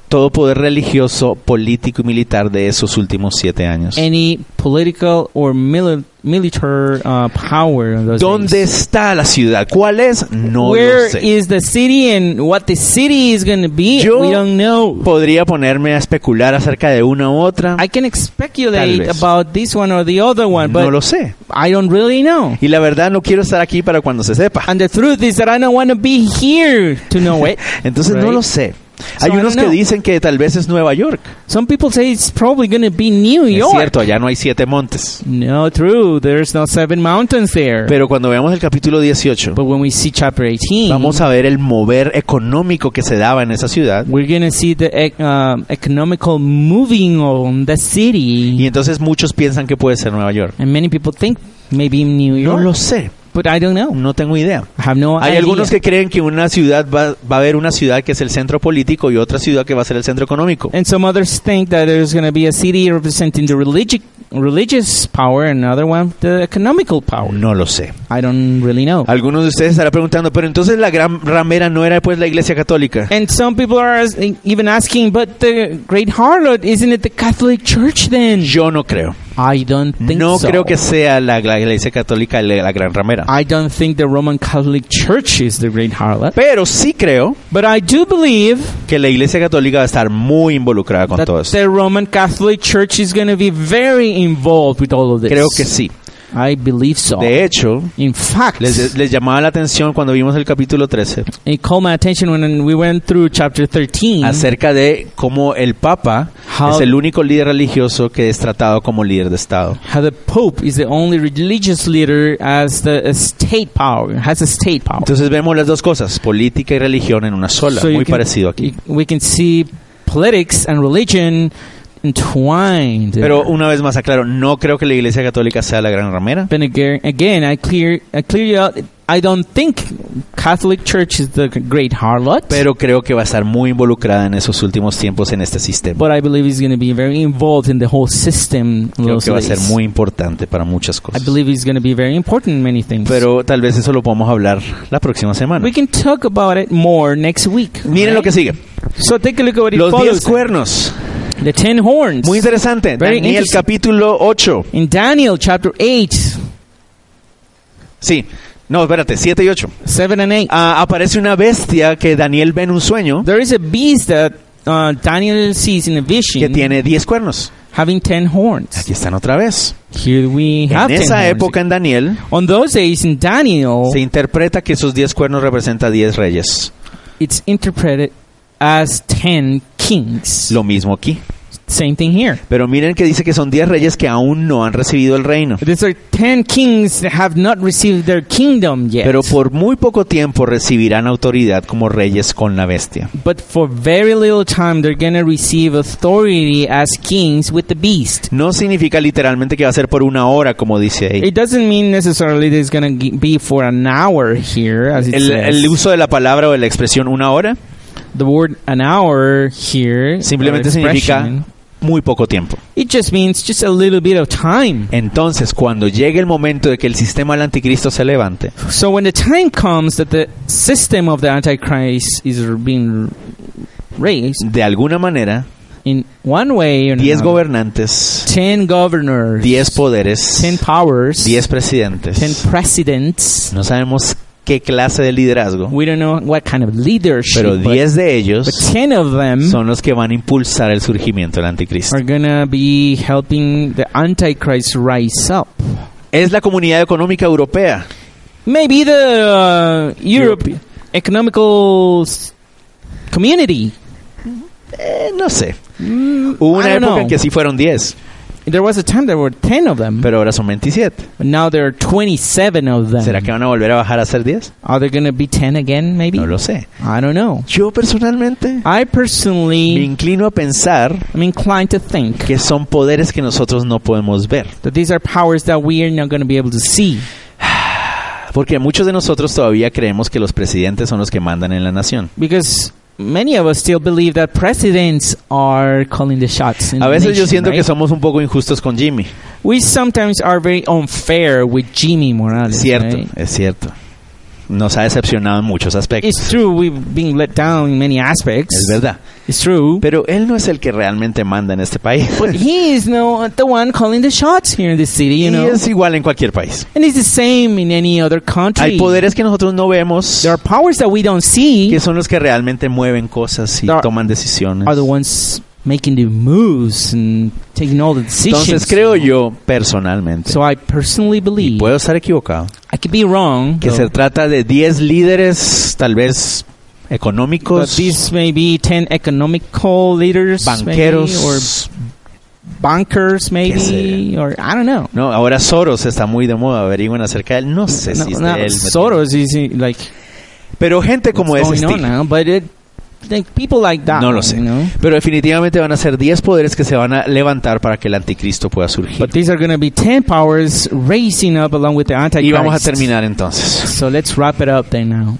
Speaker 3: todo poder religioso, político y militar de esos últimos siete años.
Speaker 4: any political or mili- military uh, power. on those
Speaker 3: ¿Dónde
Speaker 4: days.
Speaker 3: está la ciudad? ¿Cuál es? No
Speaker 4: Where
Speaker 3: lo sé.
Speaker 4: is the city and what the city is going to be?
Speaker 3: Yo-
Speaker 4: we don't know.
Speaker 3: podría ponerme a especular acerca de una u otra.
Speaker 4: I can speculate
Speaker 3: Tal vez.
Speaker 4: about this one or the other one, but
Speaker 3: no lo sé.
Speaker 4: I don't really know.
Speaker 3: Y la verdad no quiero estar aquí para cuando se sepa.
Speaker 4: And the truth is that I don't want to be here to know
Speaker 3: (laughs)
Speaker 4: it.
Speaker 3: Entonces no
Speaker 4: Right.
Speaker 3: lo sé. Hay
Speaker 4: I don't
Speaker 3: unos que
Speaker 4: know.
Speaker 3: dicen que tal vez es Nueva York.
Speaker 4: Some people say it's probably going to be New
Speaker 3: Es
Speaker 4: York.
Speaker 3: cierto, allá no hay siete montes.
Speaker 4: No, true. There's no seven mountains there.
Speaker 3: Pero cuando veamos el capítulo 18,
Speaker 4: But when we see chapter 18,
Speaker 3: vamos a ver el mover económico que se daba en esa ciudad.
Speaker 4: we're going to see the ec- um economical moving on the
Speaker 3: Y
Speaker 4: city.
Speaker 3: entonces muchos piensan que puede ser Nueva York.
Speaker 4: And many people think maybe in New
Speaker 3: No
Speaker 4: York,
Speaker 3: lo sé,
Speaker 4: but I don't know.
Speaker 3: no tengo idea.
Speaker 4: I have no
Speaker 3: Hay
Speaker 4: idea.
Speaker 3: algunos que creen que una ciudad va, va a haber una ciudad que es el centro político y otra ciudad que va a ser el centro económico.
Speaker 4: and some others think that there's going to be a city representing the religious religious power and another one the economical power.
Speaker 3: No lo sé.
Speaker 4: I don't really know.
Speaker 3: Algunos de ustedes estarán preguntando, pero entonces la gran ramera no era pues la iglesia católica.
Speaker 4: and some people are as- even asking, but the great harlot, isn't it the Catholic Church then?
Speaker 3: Yo no creo.
Speaker 4: I don't think
Speaker 3: No
Speaker 4: so. Ah.
Speaker 3: creo que sea la, la iglesia católica la, la gran ramera.
Speaker 4: I don't think the Roman Catholic Church is the great harlot.
Speaker 3: Pero sí creo
Speaker 4: But I do believe
Speaker 3: que la iglesia católica va a estar muy involucrada con
Speaker 4: that
Speaker 3: todo esto.
Speaker 4: the Roman Catholic Church is going to be very involved with all of this.
Speaker 3: Creo que sí.
Speaker 4: I believe so.
Speaker 3: De hecho,
Speaker 4: In fact,
Speaker 3: les, les llamaba la atención cuando vimos el capítulo 13
Speaker 4: it called my attention when we went through chapter 13
Speaker 3: acerca de cómo el Papa
Speaker 4: How-
Speaker 3: es el único líder religioso que es tratado como líder de Estado.
Speaker 4: how the Pope is the only religious leader as the a state power, has a state power.
Speaker 3: Entonces vemos las dos cosas, política y religión en una sola,
Speaker 4: So you
Speaker 3: muy
Speaker 4: can-
Speaker 3: parecido aquí.
Speaker 4: you- we can see politics and religion entwined.
Speaker 3: Pero
Speaker 4: there.
Speaker 3: una vez más aclaro, no creo que la iglesia católica sea la gran ramera.
Speaker 4: But again, again, I clear, I clear you out. I don't think Catholic Church is the great harlot.
Speaker 3: pero creo que va a estar muy involucrada en esos últimos tiempos en este sistema.
Speaker 4: but I believe he's going to be very involved in the whole system. in
Speaker 3: Creo
Speaker 4: those
Speaker 3: que va a ser
Speaker 4: days.
Speaker 3: muy importante para muchas
Speaker 4: I
Speaker 3: cosas.
Speaker 4: believe he's going to be very important in many things.
Speaker 3: Pero tal vez eso lo podamos hablar la próxima semana.
Speaker 4: we can talk about it more next week.
Speaker 3: Miren lo
Speaker 4: right?
Speaker 3: que sigue.
Speaker 4: So take a look at what it
Speaker 3: Los 10
Speaker 4: follows.
Speaker 3: cuernos.
Speaker 4: The ten horns.
Speaker 3: Muy interesante.
Speaker 4: Very
Speaker 3: Daniel
Speaker 4: interesting.
Speaker 3: capítulo 8.
Speaker 4: in Daniel chapter 8,
Speaker 3: Sí. No, espérate, 7 y 8.
Speaker 4: 7 and 8.
Speaker 3: Ah, aparece una bestia que Daniel ve en un sueño
Speaker 4: there is a beast that uh, Daniel sees in a
Speaker 3: que
Speaker 4: vision
Speaker 3: tiene 10 cuernos.
Speaker 4: having ten horns.
Speaker 3: Aquí están otra vez.
Speaker 4: Here we have
Speaker 3: En
Speaker 4: ten Oh.
Speaker 3: esa
Speaker 4: horns.
Speaker 3: época en Daniel
Speaker 4: On those days in Daniel,
Speaker 3: se interpreta que esos 10 cuernos representan 10 reyes.
Speaker 4: it's interpreted as 10 kings.
Speaker 3: Lo mismo aquí.
Speaker 4: Same thing here.
Speaker 3: Pero miren que dice que son 10 reyes que aún no han recibido el reino.
Speaker 4: These are 10 kings that have not received their kingdom yet.
Speaker 3: Pero por muy poco tiempo recibirán autoridad como reyes con la bestia.
Speaker 4: but for very little time, they're going to receive authority as kings with the beast.
Speaker 3: No significa literalmente que va a ser por una hora, como dice ahí.
Speaker 4: It doesn't mean necessarily that it's going to be for an hour here, as it
Speaker 3: El,
Speaker 4: says.
Speaker 3: el uso de la palabra o de la expresión una hora
Speaker 4: the word an hour here
Speaker 3: simplemente
Speaker 4: or
Speaker 3: significa
Speaker 4: expression,
Speaker 3: muy poco tiempo.
Speaker 4: it just means just a little bit of time.
Speaker 3: Entonces, cuando llegue el momento de que el sistema del anticristo se levante,
Speaker 4: So when the time comes that the system of the Antichrist is being raised
Speaker 3: de alguna manera,
Speaker 4: in one way or
Speaker 3: 10
Speaker 4: another,
Speaker 3: gobernantes,
Speaker 4: ten governors,
Speaker 3: 10 poderes,
Speaker 4: ten powers,
Speaker 3: 10
Speaker 4: ten
Speaker 3: presidentes,
Speaker 4: presidents,
Speaker 3: no sabemos qué clase de liderazgo,
Speaker 4: we don't know what kind of
Speaker 3: pero
Speaker 4: leadership, but-
Speaker 3: 10 de
Speaker 4: but,
Speaker 3: ellos
Speaker 4: ten of them
Speaker 3: son los que van a impulsar el surgimiento del anticristo.
Speaker 4: are gonna be helping the Antichrist rise up.
Speaker 3: Es la comunidad económica europea.
Speaker 4: Maybe the uh, Europe
Speaker 3: Europe.
Speaker 4: economical s- community.
Speaker 3: Eh, no sé. Hubo
Speaker 4: Mm, I
Speaker 3: una
Speaker 4: don't
Speaker 3: época
Speaker 4: know.
Speaker 3: en que sí fueron 10,
Speaker 4: There was a time there were ten of them,
Speaker 3: pero ahora son 27.
Speaker 4: but now there are twenty-seven of them.
Speaker 3: ¿Será que van a volver a bajar a ser 10?
Speaker 4: Are there going to be 10 again, maybe?
Speaker 3: No lo sé. Ah,
Speaker 4: I don't know.
Speaker 3: Yo personalmente
Speaker 4: I
Speaker 3: me
Speaker 4: personally
Speaker 3: inclino a pensar
Speaker 4: am inclined to think
Speaker 3: que son poderes que nosotros no podemos ver,
Speaker 4: that these are powers that we are not going to be able to see.
Speaker 3: porque muchos de nosotros todavía creemos que los presidentes son los que mandan en la nación.
Speaker 4: Because many of us still believe that presidents are calling the shots. In
Speaker 3: A
Speaker 4: the
Speaker 3: veces yo
Speaker 4: nation,
Speaker 3: siento que
Speaker 4: right?
Speaker 3: somos un poco injustos con Jimmy.
Speaker 4: We sometimes are very unfair with Jimmy Morales.
Speaker 3: Cierto,
Speaker 4: right?
Speaker 3: es cierto. Nos ha decepcionado en muchos
Speaker 4: It's
Speaker 3: aspectos.
Speaker 4: true, we've been let down in many aspects.
Speaker 3: Es verdad.
Speaker 4: It's true.
Speaker 3: Pero él no es el que realmente manda en este (laughs) país.
Speaker 4: But he is no, the one calling the shots here in the city, you know.
Speaker 3: Y es igual en cualquier país.
Speaker 4: And it's the same in any other country.
Speaker 3: Hay poderes que nosotros no vemos,
Speaker 4: There are powers that we don't see.
Speaker 3: que son los que realmente mueven cosas y
Speaker 4: There are-
Speaker 3: toman decisiones.
Speaker 4: are the ones making the moves and taking all the decisions.
Speaker 3: Entonces creo yo personalmente,
Speaker 4: So I personally
Speaker 3: y
Speaker 4: believe
Speaker 3: puedo estar equivocado,
Speaker 4: I could be wrong,
Speaker 3: que se
Speaker 4: though,
Speaker 3: trata de 10 líderes tal vez
Speaker 4: but
Speaker 3: económicos,
Speaker 4: these may be ten economical leaders, maybe, or
Speaker 3: banqueros.
Speaker 4: bankers, maybe,
Speaker 3: sé.
Speaker 4: or I don't know.
Speaker 3: No, ahora Soros está muy de moda, averigüen acerca de él. No sé
Speaker 4: No,
Speaker 3: si es
Speaker 4: no,
Speaker 3: de él.
Speaker 4: Soros is uh, like
Speaker 3: Pero gente como
Speaker 4: what's
Speaker 3: ese
Speaker 4: going on
Speaker 3: estilo.
Speaker 4: now, but it, like people like that.
Speaker 3: No lo sé.
Speaker 4: you know?
Speaker 3: Pero definitivamente van a ser 10 poderes que se van a levantar para que el anticristo pueda surgir.
Speaker 4: But these are going to be ten powers racing up along with the antichrist.
Speaker 3: Y vamos a terminar entonces.
Speaker 4: So let's wrap it up then now.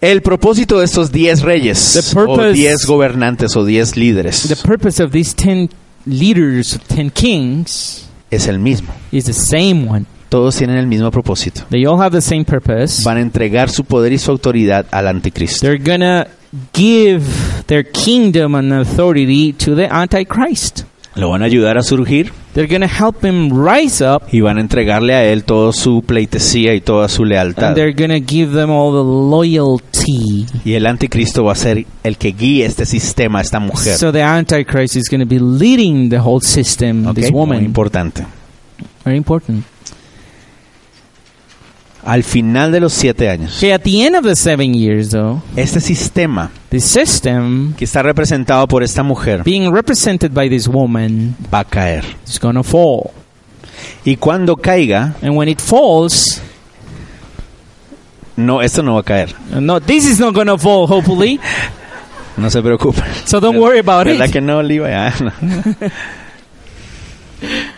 Speaker 3: El propósito de estos 10 reyes,
Speaker 4: The purpose-
Speaker 3: o 10 gobernantes, o 10 líderes,
Speaker 4: The purpose of these ten leaders, ten kings,
Speaker 3: es el mismo.
Speaker 4: is the same one.
Speaker 3: Todos tienen el mismo propósito.
Speaker 4: They all have the same purpose.
Speaker 3: Van a entregar su poder y su autoridad al anticristo.
Speaker 4: They're gonna give their kingdom and authority to the Antichrist.
Speaker 3: Lo van a ayudar a surgir
Speaker 4: They're going to help him rise up
Speaker 3: y van a entregarle a él toda su pleitesía y toda su lealtad.
Speaker 4: and they're going to give them all the loyalty.
Speaker 3: Y el anticristo va a ser el que guíe este sistema, esta mujer.
Speaker 4: So the Antichrist is going to be leading the whole system,
Speaker 3: Ok,
Speaker 4: this
Speaker 3: Muy
Speaker 4: woman.
Speaker 3: importante.
Speaker 4: Very important.
Speaker 3: Al final de los siete años,
Speaker 4: Okay, at the end of the seven years, though,
Speaker 3: este sistema
Speaker 4: the system
Speaker 3: que está representado por esta mujer
Speaker 4: being represented by this woman
Speaker 3: va a caer.
Speaker 4: is going to fall.
Speaker 3: Y cuando caiga,
Speaker 4: And when it falls,
Speaker 3: no, esto no va a caer.
Speaker 4: uh, no, this is not going to fall, hopefully.
Speaker 3: No se
Speaker 4: (laughs)
Speaker 3: preocupen.
Speaker 4: So
Speaker 3: (laughs)
Speaker 4: don't worry about
Speaker 3: ¿Verdad
Speaker 4: it.
Speaker 3: que no, Oliva? Ah,
Speaker 4: (laughs)
Speaker 3: no.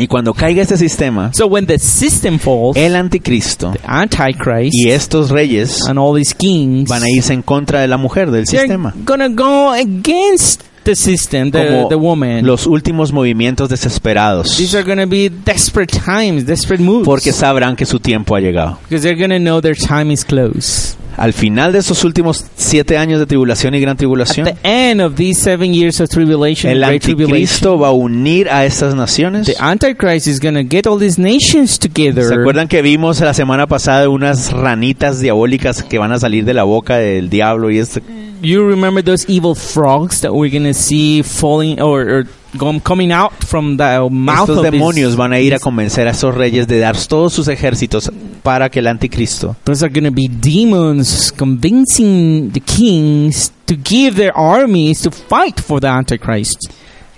Speaker 3: Y cuando caiga este sistema,
Speaker 4: So when the system falls,
Speaker 3: el anticristo
Speaker 4: Antichrist
Speaker 3: y estos reyes
Speaker 4: and all these kings
Speaker 3: van a irse en contra de la mujer, del
Speaker 4: they're
Speaker 3: sistema.
Speaker 4: gonna go against the system, the,
Speaker 3: Como
Speaker 4: the woman.
Speaker 3: los últimos movimientos desesperados.
Speaker 4: These are gonna be desperate times, desperate moves,
Speaker 3: Porque sabrán que su tiempo ha llegado.
Speaker 4: because they're gonna know their time is close.
Speaker 3: Al final de estos últimos siete años de tribulación y gran
Speaker 4: At
Speaker 3: tribulación,
Speaker 4: the end of these seven years of tribulation,
Speaker 3: el
Speaker 4: great tribulation,
Speaker 3: anticristo va a unir a estas naciones.
Speaker 4: the Antichrist is gonna get all these nations
Speaker 3: ¿Se
Speaker 4: together.
Speaker 3: acuerdan que vimos la semana pasada unas ranitas diabólicas que van a salir de la boca del diablo y este
Speaker 4: You remember those evil frogs that we're gonna see falling or, or gom- coming out from the mouth
Speaker 3: Estos
Speaker 4: of this-
Speaker 3: demonios van a ir a convencer a esos reyes de dar todos sus ejércitos para que el anticristo
Speaker 4: Those are going to be demons convincing the kings to give their armies to fight for the Antichrist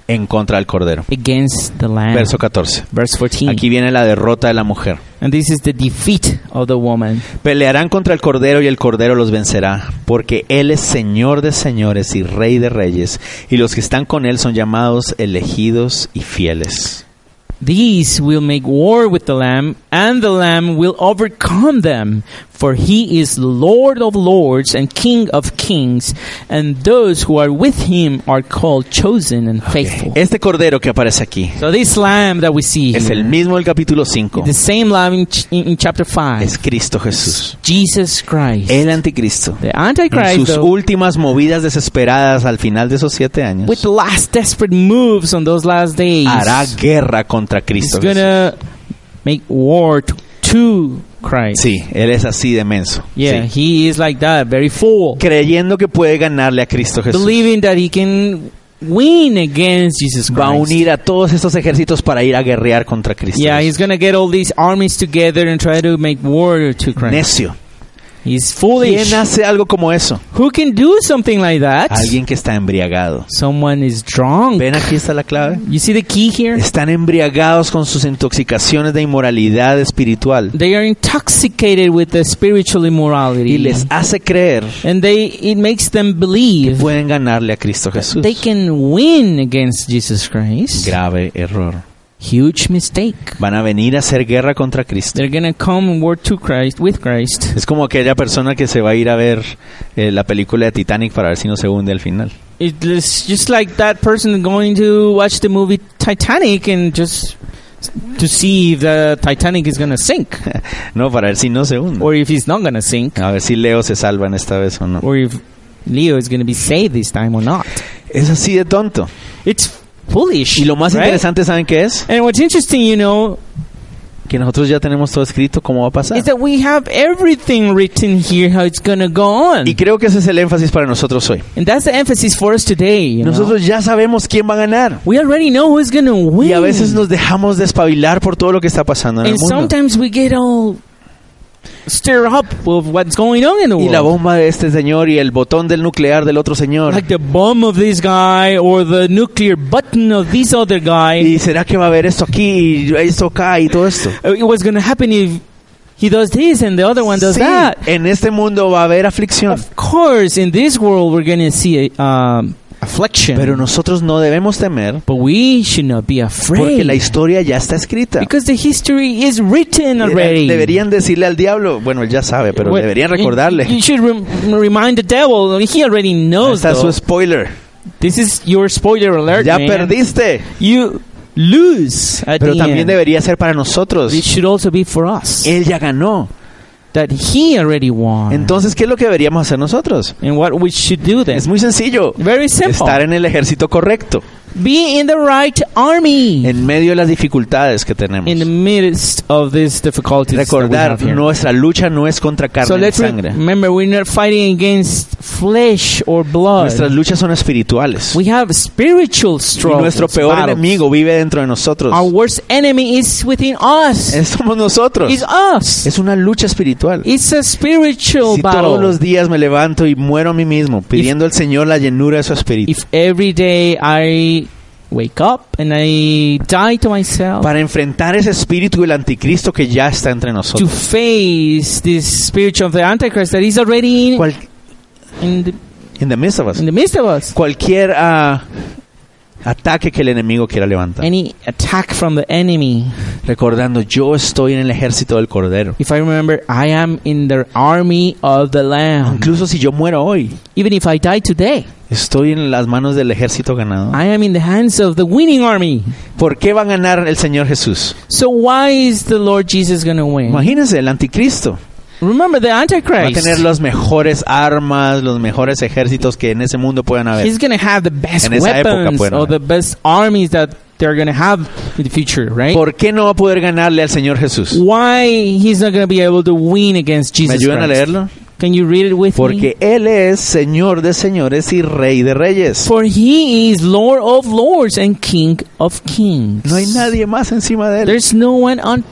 Speaker 3: en contra del cordero.
Speaker 4: against the land.
Speaker 3: Verso 14.
Speaker 4: Verse 14.
Speaker 3: Aquí viene la derrota de la mujer.
Speaker 4: And this is the defeat of the woman.
Speaker 3: Pelearán contra el cordero y el cordero los vencerá, porque él es señor de señores y rey de reyes, y los que están con él son llamados elegidos y fieles.
Speaker 4: These will make war with the Lamb, and the Lamb will overcome them. For he is Lord of lords and King of kings, and those who are with him are called chosen and faithful.
Speaker 3: Este cordero que aparece aquí
Speaker 4: So this Lamb that we see
Speaker 3: es el
Speaker 4: here,
Speaker 3: mismo del capítulo 5.
Speaker 4: the same Lamb in, ch- in, in chapter 5,
Speaker 3: Es Cristo Jesús,
Speaker 4: Jesus Christ.
Speaker 3: el anticristo.
Speaker 4: The
Speaker 3: En
Speaker 4: Antichrist,
Speaker 3: sus
Speaker 4: though,
Speaker 3: últimas movidas desesperadas al final de esos siete años,
Speaker 4: with the last desperate moves on those last days,
Speaker 3: hará guerra contra
Speaker 4: is
Speaker 3: Cristo.
Speaker 4: going
Speaker 3: Jesús.
Speaker 4: to make war to, to Christ.
Speaker 3: Sí, él es así de menso.
Speaker 4: Yeah,
Speaker 3: Sí.
Speaker 4: he is like that, very full,
Speaker 3: Creyendo que puede ganarle a Cristo Jesús.
Speaker 4: believing that he can win against Jesus
Speaker 3: va a
Speaker 4: Christ.
Speaker 3: unir a todos estos ejércitos para ir a guerrear contra Cristo.
Speaker 4: Yeah, he's
Speaker 3: Jesús.
Speaker 4: going to get all these armies together and try to make war to Christ.
Speaker 3: necio.
Speaker 4: He's
Speaker 3: ¿Quién
Speaker 4: foolish.
Speaker 3: hace algo como eso?
Speaker 4: Who can do something like that?
Speaker 3: Alguien que está embriagado.
Speaker 4: Someone is drunk.
Speaker 3: ¿Ven aquí está la clave?
Speaker 4: You see the key here?
Speaker 3: Están embriagados con sus intoxicaciones de inmoralidad espiritual
Speaker 4: They are intoxicated with the spiritual immorality.
Speaker 3: y les hace creer
Speaker 4: and they it makes them
Speaker 3: que
Speaker 4: believe
Speaker 3: pueden ganarle a Cristo Jesús.
Speaker 4: they can win against Jesus Christ.
Speaker 3: Grave error.
Speaker 4: Huge mistake.
Speaker 3: Van a venir a hacer guerra contra Cristo.
Speaker 4: They're gonna come and work to Christ with Christ.
Speaker 3: Es como aquella persona que se va a ir a ver eh, la película de Titanic para ver si no se hunde al final. (laughs)
Speaker 4: It's just like that person going to watch the movie Titanic and just to see if the Titanic is gonna sink
Speaker 3: No, para ver si no se hunde.
Speaker 4: or if he's not gonna sink
Speaker 3: A ver si Leo se salva en esta vez o no.
Speaker 4: or if Leo is gonna be saved this time or not.
Speaker 3: Es así de tonto.
Speaker 4: It's foolish.
Speaker 3: Y lo más
Speaker 4: right?
Speaker 3: interesante, ¿saben qué es?
Speaker 4: And what's interesting, you know,
Speaker 3: Que nosotros ya tenemos todo escrito cómo va a pasar.
Speaker 4: is that we have everything written here how it's gonna go on.
Speaker 3: Y creo que ese es el énfasis para nosotros hoy.
Speaker 4: And that's the emphasis for us today. you know.
Speaker 3: Nosotros ya sabemos quién va a ganar.
Speaker 4: we already know who's going to win.
Speaker 3: Y a veces nos dejamos despabilar por todo lo que está pasando en el
Speaker 4: and
Speaker 3: mundo.
Speaker 4: sometimes we get all stirred up with what's going on in the
Speaker 3: Y la
Speaker 4: world.
Speaker 3: bomba de este señor y el botón del nuclear del otro señor.
Speaker 4: Like the bomb of this guy or the nuclear button of this other guy.
Speaker 3: Y será que va a haber esto aquí y esto acá y todo esto.
Speaker 4: Uh, It was going to happen if he does this and the other one does
Speaker 3: Sí,
Speaker 4: that.
Speaker 3: en este mundo va a haber aflicción.
Speaker 4: Of course, in this world, we're going to see a, um, affliction.
Speaker 3: Pero nosotros no debemos temer
Speaker 4: but we should not be
Speaker 3: porque
Speaker 4: afraid.
Speaker 3: la historia ya está escrita.
Speaker 4: because the history is written already.
Speaker 3: Eh, Deberían decirle al diablo, bueno, él ya sabe, pero
Speaker 4: Well,
Speaker 3: deberían
Speaker 4: you-
Speaker 3: recordarle.
Speaker 4: You, should rem- remind the devil. He already
Speaker 3: Ahí
Speaker 4: knows.
Speaker 3: está
Speaker 4: though.
Speaker 3: su spoiler.
Speaker 4: This is your spoiler alert.
Speaker 3: Ya
Speaker 4: man.
Speaker 3: perdiste.
Speaker 4: You lose. At
Speaker 3: Pero
Speaker 4: the
Speaker 3: también
Speaker 4: end.
Speaker 3: debería ser para nosotros.
Speaker 4: It should also be for us
Speaker 3: Él ya ganó.
Speaker 4: that he already won.
Speaker 3: Entonces, ¿qué es lo que deberíamos hacer nosotros?
Speaker 4: and what we should do then?
Speaker 3: Es muy sencillo.
Speaker 4: Very simple.
Speaker 3: Estar en el ejército correcto.
Speaker 4: Be in the right army
Speaker 3: en medio de las dificultades que tenemos.
Speaker 4: in the midst of these difficulties. that we have
Speaker 3: Recordar,
Speaker 4: here.
Speaker 3: nuestra lucha no es contra
Speaker 4: so
Speaker 3: carne ni
Speaker 4: let's re- Mm.
Speaker 3: sangre.
Speaker 4: remember we're not fighting against flesh or blood.
Speaker 3: Nuestras luchas son espirituales.
Speaker 4: we have spiritual
Speaker 3: Y
Speaker 4: struggles.
Speaker 3: nuestro peor
Speaker 4: battles.
Speaker 3: enemigo vive dentro de nosotros.
Speaker 4: Our worst enemy is within us.
Speaker 3: Es- Somos nosotros.
Speaker 4: It's us.
Speaker 3: Es una lucha espiritual.
Speaker 4: It's a spiritual
Speaker 3: Si
Speaker 4: battle.
Speaker 3: todos los días me levanto y muero a mí mismo, pidiendo al Señor la llenura de su espíritu,
Speaker 4: if every day I wake up and I die to myself
Speaker 3: para enfrentar ese espíritu del anticristo que ya está entre
Speaker 4: to
Speaker 3: nosotros.
Speaker 4: face this spirit of the Antichrist that is already in,
Speaker 3: Cual-
Speaker 4: in, the,
Speaker 3: in the midst of us.
Speaker 4: in the midst of us.
Speaker 3: Cualquier ah, ataque que el enemigo quiera levantar.
Speaker 4: Any attack from the enemy.
Speaker 3: Recordando, yo estoy en el ejército del Cordero.
Speaker 4: If I remember, I am in the army of the Lamb.
Speaker 3: Incluso si yo muero hoy,
Speaker 4: Even if I die today,
Speaker 3: estoy en las manos del ejército ganado.
Speaker 4: I am in the hands of the winning army.
Speaker 3: ¿Por qué va a ganar el Señor Jesús?
Speaker 4: So why is the Lord Jesus going to win?
Speaker 3: Imagínense, el anticristo.
Speaker 4: Remember the
Speaker 3: Va a tener
Speaker 4: Antichrist.
Speaker 3: las mejores armas, los mejores ejércitos que en ese mundo puedan haber.
Speaker 4: He's going to have the best
Speaker 3: En esa época,
Speaker 4: weapons
Speaker 3: bueno.
Speaker 4: or the best armies that they're going to have in the future, right?
Speaker 3: ¿Por qué no va a poder ganarle al Señor Jesús?
Speaker 4: ¿Eh? Why he's not going to be able to win against
Speaker 3: ¿Me
Speaker 4: Jesus
Speaker 3: ayudan a
Speaker 4: Christ?
Speaker 3: leerlo?
Speaker 4: Can you read it with me?
Speaker 3: Porque Él es Señor de señores y Rey de reyes.
Speaker 4: For he is Lord of lords and King of kings.
Speaker 3: No hay nadie más encima de Él.
Speaker 4: There's no one on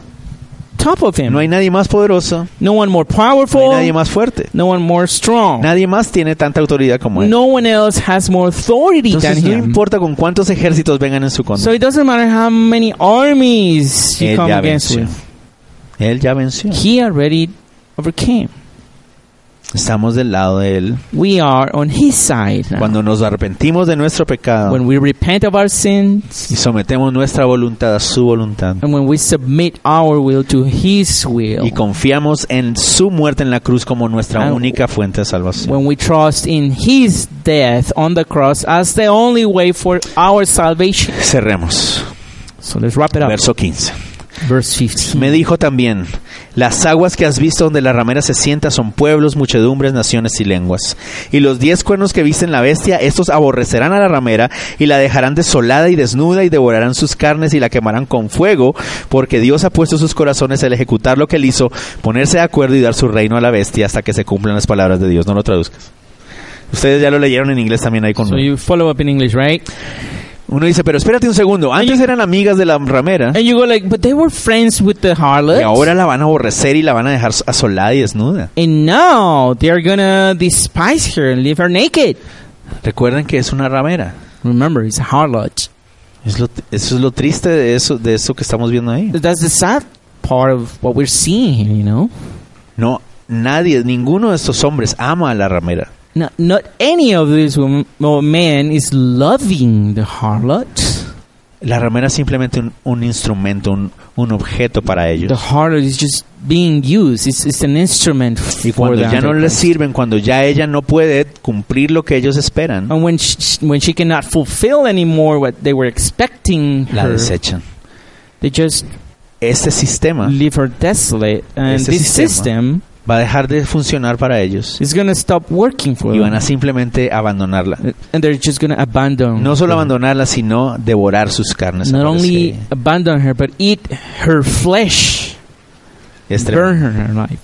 Speaker 4: top of him.
Speaker 3: No hay nadie más poderoso.
Speaker 4: No one more
Speaker 3: No hay
Speaker 4: powerful.
Speaker 3: nadie más fuerte.
Speaker 4: no one more strong.
Speaker 3: Nadie más tiene tanta autoridad como Él.
Speaker 4: no one else has more authority
Speaker 3: Entonces no
Speaker 4: than him.
Speaker 3: importa con cuántos ejércitos vengan en su
Speaker 4: So
Speaker 3: contra.
Speaker 4: it doesn't matter how many armies you
Speaker 3: Él
Speaker 4: come
Speaker 3: Eh, ya
Speaker 4: against
Speaker 3: venció.
Speaker 4: with.
Speaker 3: Él ya venció.
Speaker 4: He already overcame.
Speaker 3: Estamos del lado de Él.
Speaker 4: We are on his side now.
Speaker 3: Cuando nos arrepentimos de nuestro pecado
Speaker 4: When we repent of our sins
Speaker 3: y sometemos nuestra voluntad a su voluntad
Speaker 4: and when we submit our will to his will,
Speaker 3: y confiamos en su muerte en la cruz como nuestra
Speaker 4: Ah.
Speaker 3: única fuente de salvación.
Speaker 4: when we trust in his death on the cross as the only way for our salvation.
Speaker 3: Cerremos.
Speaker 4: So let's wrap it up.
Speaker 3: Verso 15.
Speaker 4: Verse 15.
Speaker 3: Me dijo también, las aguas que has visto donde la ramera se sienta son pueblos, muchedumbres, naciones y lenguas. Y los diez cuernos que visten la bestia, estos aborrecerán a la ramera y la dejarán desolada y desnuda y devorarán sus carnes y la quemarán con fuego, porque Dios ha puesto en sus corazones el ejecutar lo que él hizo, ponerse de acuerdo y dar su reino a la bestia hasta que se cumplan las palabras de Dios. No lo traduzcas. Ustedes ya lo leyeron en inglés también ahí con
Speaker 4: So you follow up in English, right?
Speaker 3: uno dice, pero espérate un segundo, antes eran amigas de la ramera.
Speaker 4: And you go like, but they were friends with the harlot.
Speaker 3: Y ahora la van a aborrecer y la van a dejar asolada y desnuda.
Speaker 4: And now they're gonna despise her and leave her naked.
Speaker 3: Recuerden que es una ramera.
Speaker 4: Remember, it's a harlot.
Speaker 3: Es lo- eso es lo triste de eso, de eso que estamos viendo ahí.
Speaker 4: That's the sad part of what we're seeing here, you know?
Speaker 3: No, nadie, ninguno de estos hombres ama a la ramera.
Speaker 4: Not, not any of these women or men is loving the harlot.
Speaker 3: La ramera es simplemente un, un instrumento, un, un objeto para
Speaker 4: The
Speaker 3: ellos.
Speaker 4: harlot is just being used. It's, it's an instrument
Speaker 3: Y
Speaker 4: for
Speaker 3: cuando
Speaker 4: the
Speaker 3: ya no les
Speaker 4: Antichrist.
Speaker 3: sirven, cuando ya ella no puede cumplir lo que ellos esperan,
Speaker 4: And when she, when she cannot fulfill anymore what they were expecting
Speaker 3: la
Speaker 4: her,
Speaker 3: desechan.
Speaker 4: they just
Speaker 3: Este sistema
Speaker 4: leave her desolate. And
Speaker 3: Ese
Speaker 4: this
Speaker 3: sistema.
Speaker 4: system
Speaker 3: va a dejar de funcionar para ellos
Speaker 4: is going to stop working for
Speaker 3: y van
Speaker 4: them.
Speaker 3: a simplemente abandonarla.
Speaker 4: And they're just going to abandon.
Speaker 3: No solo
Speaker 4: her.
Speaker 3: abandonarla, sino devorar sus carnes.
Speaker 4: Not
Speaker 3: aparece
Speaker 4: only
Speaker 3: ahí.
Speaker 4: abandon her, but eat her flesh.
Speaker 3: Es
Speaker 4: burn
Speaker 3: tremendo.
Speaker 4: her in her life.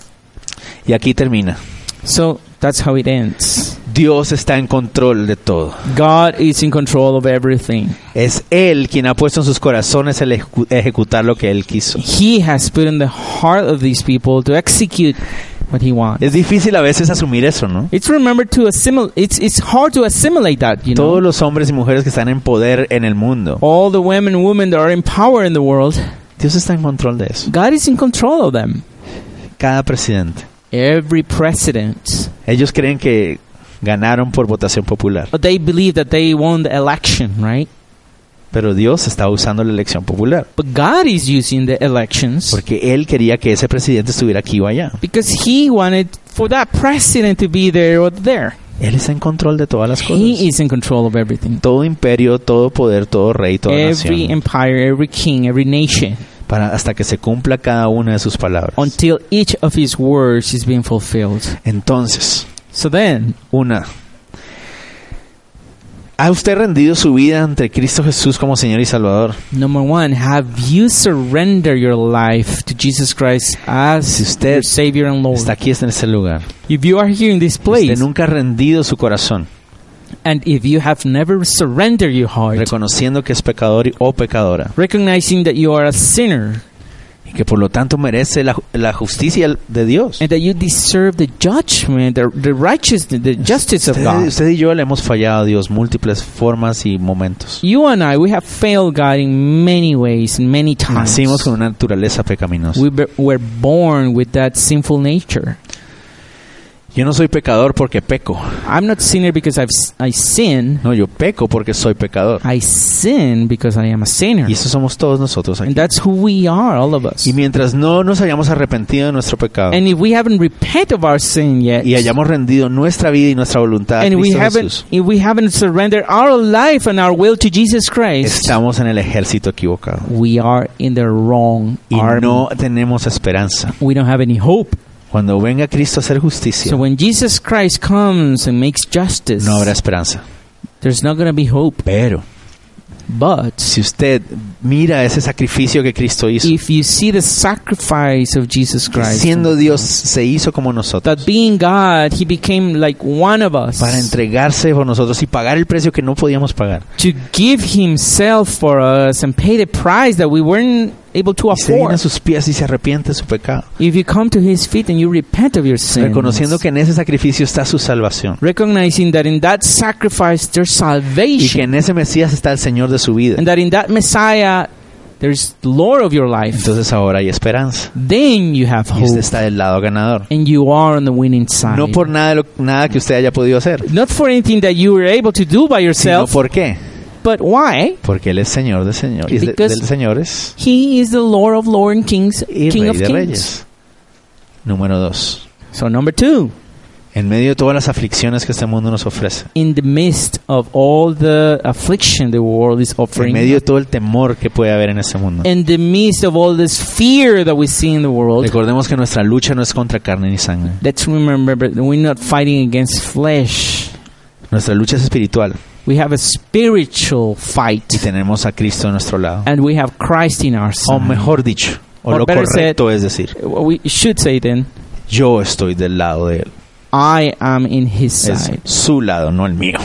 Speaker 3: Y aquí termina.
Speaker 4: So that's how it ends.
Speaker 3: Dios está en control de todo.
Speaker 4: God is in control of everything.
Speaker 3: Es Él quien ha puesto en sus corazones el ejecu- ejecutar lo que Él quiso.
Speaker 4: He has put in the heart of these people to execute what he wants.
Speaker 3: Es difícil a veces asumir eso, ¿no?
Speaker 4: It's remembered to assimilate. It's it's hard to assimilate that. You
Speaker 3: Todos
Speaker 4: know,
Speaker 3: los hombres y mujeres que están en poder en el mundo.
Speaker 4: all the women, women that are in power in the world,
Speaker 3: Dios está en control de eso.
Speaker 4: God is in control of them.
Speaker 3: Cada presidente.
Speaker 4: Every president,
Speaker 3: Ellos creen que ganaron por votación popular,
Speaker 4: but they believe that they won the election, right?
Speaker 3: pero Dios está usando la elección popular.
Speaker 4: But God is using the elections.
Speaker 3: Porque Él quería que ese presidente estuviera aquí o allá.
Speaker 4: because he wanted for that president to be there or there.
Speaker 3: Él está en control de todas las
Speaker 4: He
Speaker 3: cosas.
Speaker 4: is in control of everything.
Speaker 3: Todo imperio, todo poder, todo rey, toda
Speaker 4: Every
Speaker 3: nación.
Speaker 4: empire, every king, every nation,
Speaker 3: Para hasta que se cumpla cada una de sus palabras.
Speaker 4: until each of his words is being fulfilled.
Speaker 3: Entonces,
Speaker 4: So then,
Speaker 3: Una. ¿Ha usted rendido su vida ante Cristo Jesús como Señor y Salvador?
Speaker 4: Number one, have you surrendered your life to Jesus Christ as
Speaker 3: usted
Speaker 4: your Savior and Lord?
Speaker 3: Está aquí, está en este lugar.
Speaker 4: If you are here in this
Speaker 3: Usted
Speaker 4: place
Speaker 3: nunca ha rendido su corazón,
Speaker 4: and if you have never surrendered your heart,
Speaker 3: reconociendo que es pecador y- o pecadora,
Speaker 4: recognizing that you are a sinner
Speaker 3: y que por lo tanto merece la, ju- la justicia de Dios.
Speaker 4: and that you deserve the judgment, the, the righteousness, the justice of
Speaker 3: Usted,
Speaker 4: God.
Speaker 3: usted y yo le hemos fallado a Dios múltiples formas y momentos.
Speaker 4: You and I, we have failed God in many ways, in many times.
Speaker 3: Nacimos con una naturaleza pecaminosa.
Speaker 4: We be- were born with that sinful nature.
Speaker 3: Yo no soy pecador porque peco.
Speaker 4: I'm not sinner because I've, s- I sin.
Speaker 3: No, yo peco porque soy pecador.
Speaker 4: I sin because I am a sinner.
Speaker 3: Y eso somos todos nosotros
Speaker 4: And
Speaker 3: aquí.
Speaker 4: that's who we are, all of us.
Speaker 3: Y mientras no nos hayamos arrepentido de nuestro pecado
Speaker 4: And if we haven't repent of our sin yet,
Speaker 3: y hayamos rendido nuestra vida y nuestra voluntad a
Speaker 4: and we
Speaker 3: Cristo
Speaker 4: haven't,
Speaker 3: Jesús,
Speaker 4: if we haven't surrendered our life and our will to Jesus Christ,
Speaker 3: estamos en el ejército equivocado.
Speaker 4: we are in the wrong
Speaker 3: Y
Speaker 4: army.
Speaker 3: no tenemos esperanza.
Speaker 4: We don't have any hope.
Speaker 3: Cuando venga Cristo a hacer justicia,
Speaker 4: So when Jesus Christ comes and makes justice,
Speaker 3: no habrá esperanza.
Speaker 4: there's not going to be hope.
Speaker 3: Pero
Speaker 4: But
Speaker 3: si usted mira ese sacrificio que Cristo hizo,
Speaker 4: if you see the sacrifice of Jesus
Speaker 3: que
Speaker 4: Christ,
Speaker 3: siendo Dios se hizo como
Speaker 4: that
Speaker 3: nosotros,
Speaker 4: being God, he became like one of us
Speaker 3: para entregarse por nosotros y pagar el precio que no podíamos pagar.
Speaker 4: to give himself for us and pay the price that we weren't able to
Speaker 3: Y se viene a
Speaker 4: afford.
Speaker 3: sus pies y se arrepiente de su pecado.
Speaker 4: If you come to his feet and you repent of your sins,
Speaker 3: Reconociendo que en ese sacrificio está su salvación.
Speaker 4: recognizing that in that sacrifice there's
Speaker 3: Y que
Speaker 4: salvation,
Speaker 3: en ese Mesías está el Señor de su vida.
Speaker 4: and that in that Messiah there's Lord of your life,
Speaker 3: Entonces ahora hay esperanza.
Speaker 4: then you have
Speaker 3: Y usted
Speaker 4: hope
Speaker 3: está del lado ganador.
Speaker 4: and you are on the winning side.
Speaker 3: No por nada, de lo- nada que usted haya podido hacer.
Speaker 4: Not for anything that you were able to do by
Speaker 3: Sino
Speaker 4: yourself,
Speaker 3: por qué.
Speaker 4: but why?
Speaker 3: Porque Él es Señor de señores. Y de-
Speaker 4: Because-
Speaker 3: del señores
Speaker 4: He is the Lord of Lord and Kings,
Speaker 3: y
Speaker 4: King
Speaker 3: Rey
Speaker 4: of
Speaker 3: de
Speaker 4: Kings.
Speaker 3: Reyes. Número dos.
Speaker 4: So number two,
Speaker 3: En medio de todas las aflicciones que este mundo nos ofrece.
Speaker 4: in the midst of all the affliction the world is
Speaker 3: En
Speaker 4: offering,
Speaker 3: medio de todo el temor que puede haber en este mundo.
Speaker 4: in the midst of all this fear that we see in the world,
Speaker 3: Recordemos que nuestra lucha no es contra carne ni sangre.
Speaker 4: let's remember that we're not fighting against flesh.
Speaker 3: Nuestra lucha es espiritual.
Speaker 4: We have a spiritual fight,
Speaker 3: Y tenemos a Cristo a nuestro lado.
Speaker 4: and we have Christ in our
Speaker 3: O
Speaker 4: side.
Speaker 3: mejor dicho, o
Speaker 4: Or
Speaker 3: lo
Speaker 4: better said-
Speaker 3: correcto es decir,
Speaker 4: What we should say then,
Speaker 3: yo estoy del lado de él.
Speaker 4: I am in His
Speaker 3: Es
Speaker 4: side.
Speaker 3: su lado, no el
Speaker 4: (laughs)
Speaker 3: mío.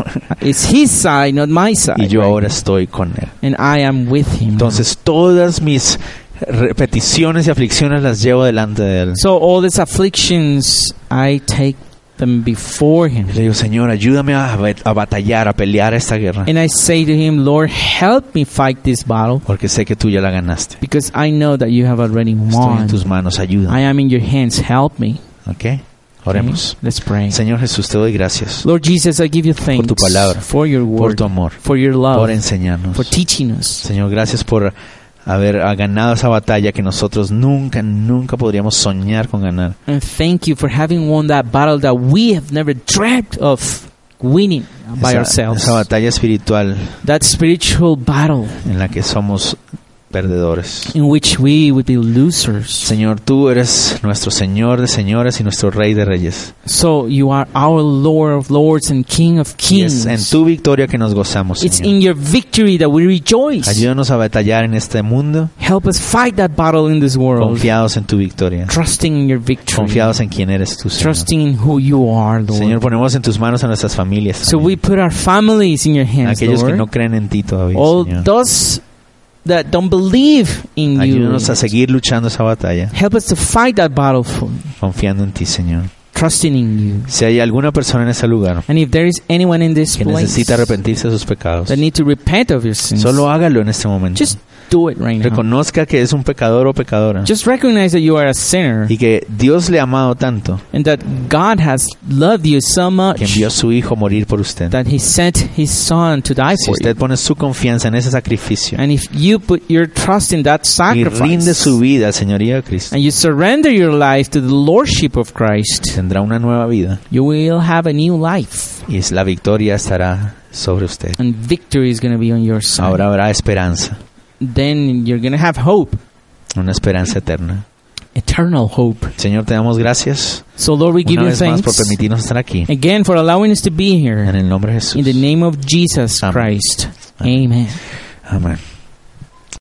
Speaker 4: It's His side, not my side.
Speaker 3: Y yo
Speaker 4: right?
Speaker 3: ahora estoy con él.
Speaker 4: And I am with Him.
Speaker 3: Entonces todas mis repeticiones y aflicciones las llevo delante de él.
Speaker 4: So all these afflictions, I take them before Him.
Speaker 3: Y le digo, Señor, ayúdame a, bet- a batallar, a pelear esta guerra.
Speaker 4: And I say to Him, Lord, help me fight this battle
Speaker 3: Porque sé que tú ya la ganaste.
Speaker 4: because I know that you have already
Speaker 3: Estoy en
Speaker 4: won.
Speaker 3: tus manos,
Speaker 4: I
Speaker 3: ayúdame.
Speaker 4: am in your hands. Help me.
Speaker 3: ¿Ok? Oremos.
Speaker 4: Let's pray.
Speaker 3: Señor Jesús, te doy gracias
Speaker 4: Lord Jesus, I give you thanks
Speaker 3: palabra,
Speaker 4: for your
Speaker 3: por
Speaker 4: word,
Speaker 3: tu amor,
Speaker 4: for your
Speaker 3: por
Speaker 4: love,
Speaker 3: enseñarnos.
Speaker 4: for teaching us.
Speaker 3: Señor, gracias por haber ah, ganado esa batalla que nosotros nunca, nunca podríamos soñar con ganar.
Speaker 4: And thank you for having won that battle that we have never dreamt of winning by
Speaker 3: Esa,
Speaker 4: ourselves.
Speaker 3: esa batalla espiritual
Speaker 4: That spiritual battle
Speaker 3: en la que somos perdedores.
Speaker 4: in which we would be losers.
Speaker 3: Señor, tú eres nuestro Señor de señores y nuestro Rey de reyes.
Speaker 4: So you are our Lord of lords and King of
Speaker 3: Y es
Speaker 4: kings.
Speaker 3: en tu victoria que nos gozamos,
Speaker 4: It's
Speaker 3: Señor.
Speaker 4: in your victory that we rejoice.
Speaker 3: Ayúdanos a batallar en este mundo
Speaker 4: Help us fight that battle in this world,
Speaker 3: confiados en tu victoria,
Speaker 4: trusting in your victory,
Speaker 3: confiados en quién eres tú, Señor.
Speaker 4: trusting in who you are,
Speaker 3: Señor,
Speaker 4: Lord.
Speaker 3: ponemos en tus manos a nuestras familias,
Speaker 4: So we
Speaker 3: también.
Speaker 4: put our families in your hands,
Speaker 3: aquellos que no
Speaker 4: Lord.
Speaker 3: creen en ti todavía,
Speaker 4: All
Speaker 3: Señor.
Speaker 4: those that don't believe in you,
Speaker 3: Ayúdanos a seguir luchando esa batalla,
Speaker 4: help us to fight that battle, for,
Speaker 3: confiando en ti, Señor.
Speaker 4: trusting in you.
Speaker 3: Si hay alguna persona en ese lugar
Speaker 4: And if there is anyone in this
Speaker 3: que
Speaker 4: place
Speaker 3: necesita
Speaker 4: that
Speaker 3: arrepentirse de sus pecados,
Speaker 4: need to repent of your sins,
Speaker 3: solo hágalo en este momento.
Speaker 4: just do it right now.
Speaker 3: Reconozca que es un pecador o pecadora
Speaker 4: Just recognize that you are a sinner
Speaker 3: y que Dios le ha amado tanto
Speaker 4: and that God has loved you so
Speaker 3: que
Speaker 4: much
Speaker 3: envió a su hijo a morir por usted.
Speaker 4: that He sent His Son to die
Speaker 3: Si
Speaker 4: for you.
Speaker 3: usted pone su confianza en ese sacrificio
Speaker 4: And if you put your trust in that
Speaker 3: y rinde
Speaker 4: sacrifice
Speaker 3: su vida al Señoría de Cristo,
Speaker 4: and you surrender your life to the Lordship of Christ,
Speaker 3: tendrá una nueva vida
Speaker 4: you will have a new life.
Speaker 3: y es- la victoria estará sobre usted.
Speaker 4: And victory is going to be on your side.
Speaker 3: Ahora habrá esperanza,
Speaker 4: Then you're going to have hope,
Speaker 3: una esperanza eterna.
Speaker 4: eternal hope.
Speaker 3: Señor, te damos gracias
Speaker 4: So, Lord, we give
Speaker 3: una
Speaker 4: you
Speaker 3: vez más por
Speaker 4: thanks
Speaker 3: permitirnos estar aquí.
Speaker 4: again for allowing us to be
Speaker 3: En
Speaker 4: here.
Speaker 3: el nombre de Jesús.
Speaker 4: In the name of Jesus
Speaker 3: Amen.
Speaker 4: Christ. Amen.
Speaker 3: Amén.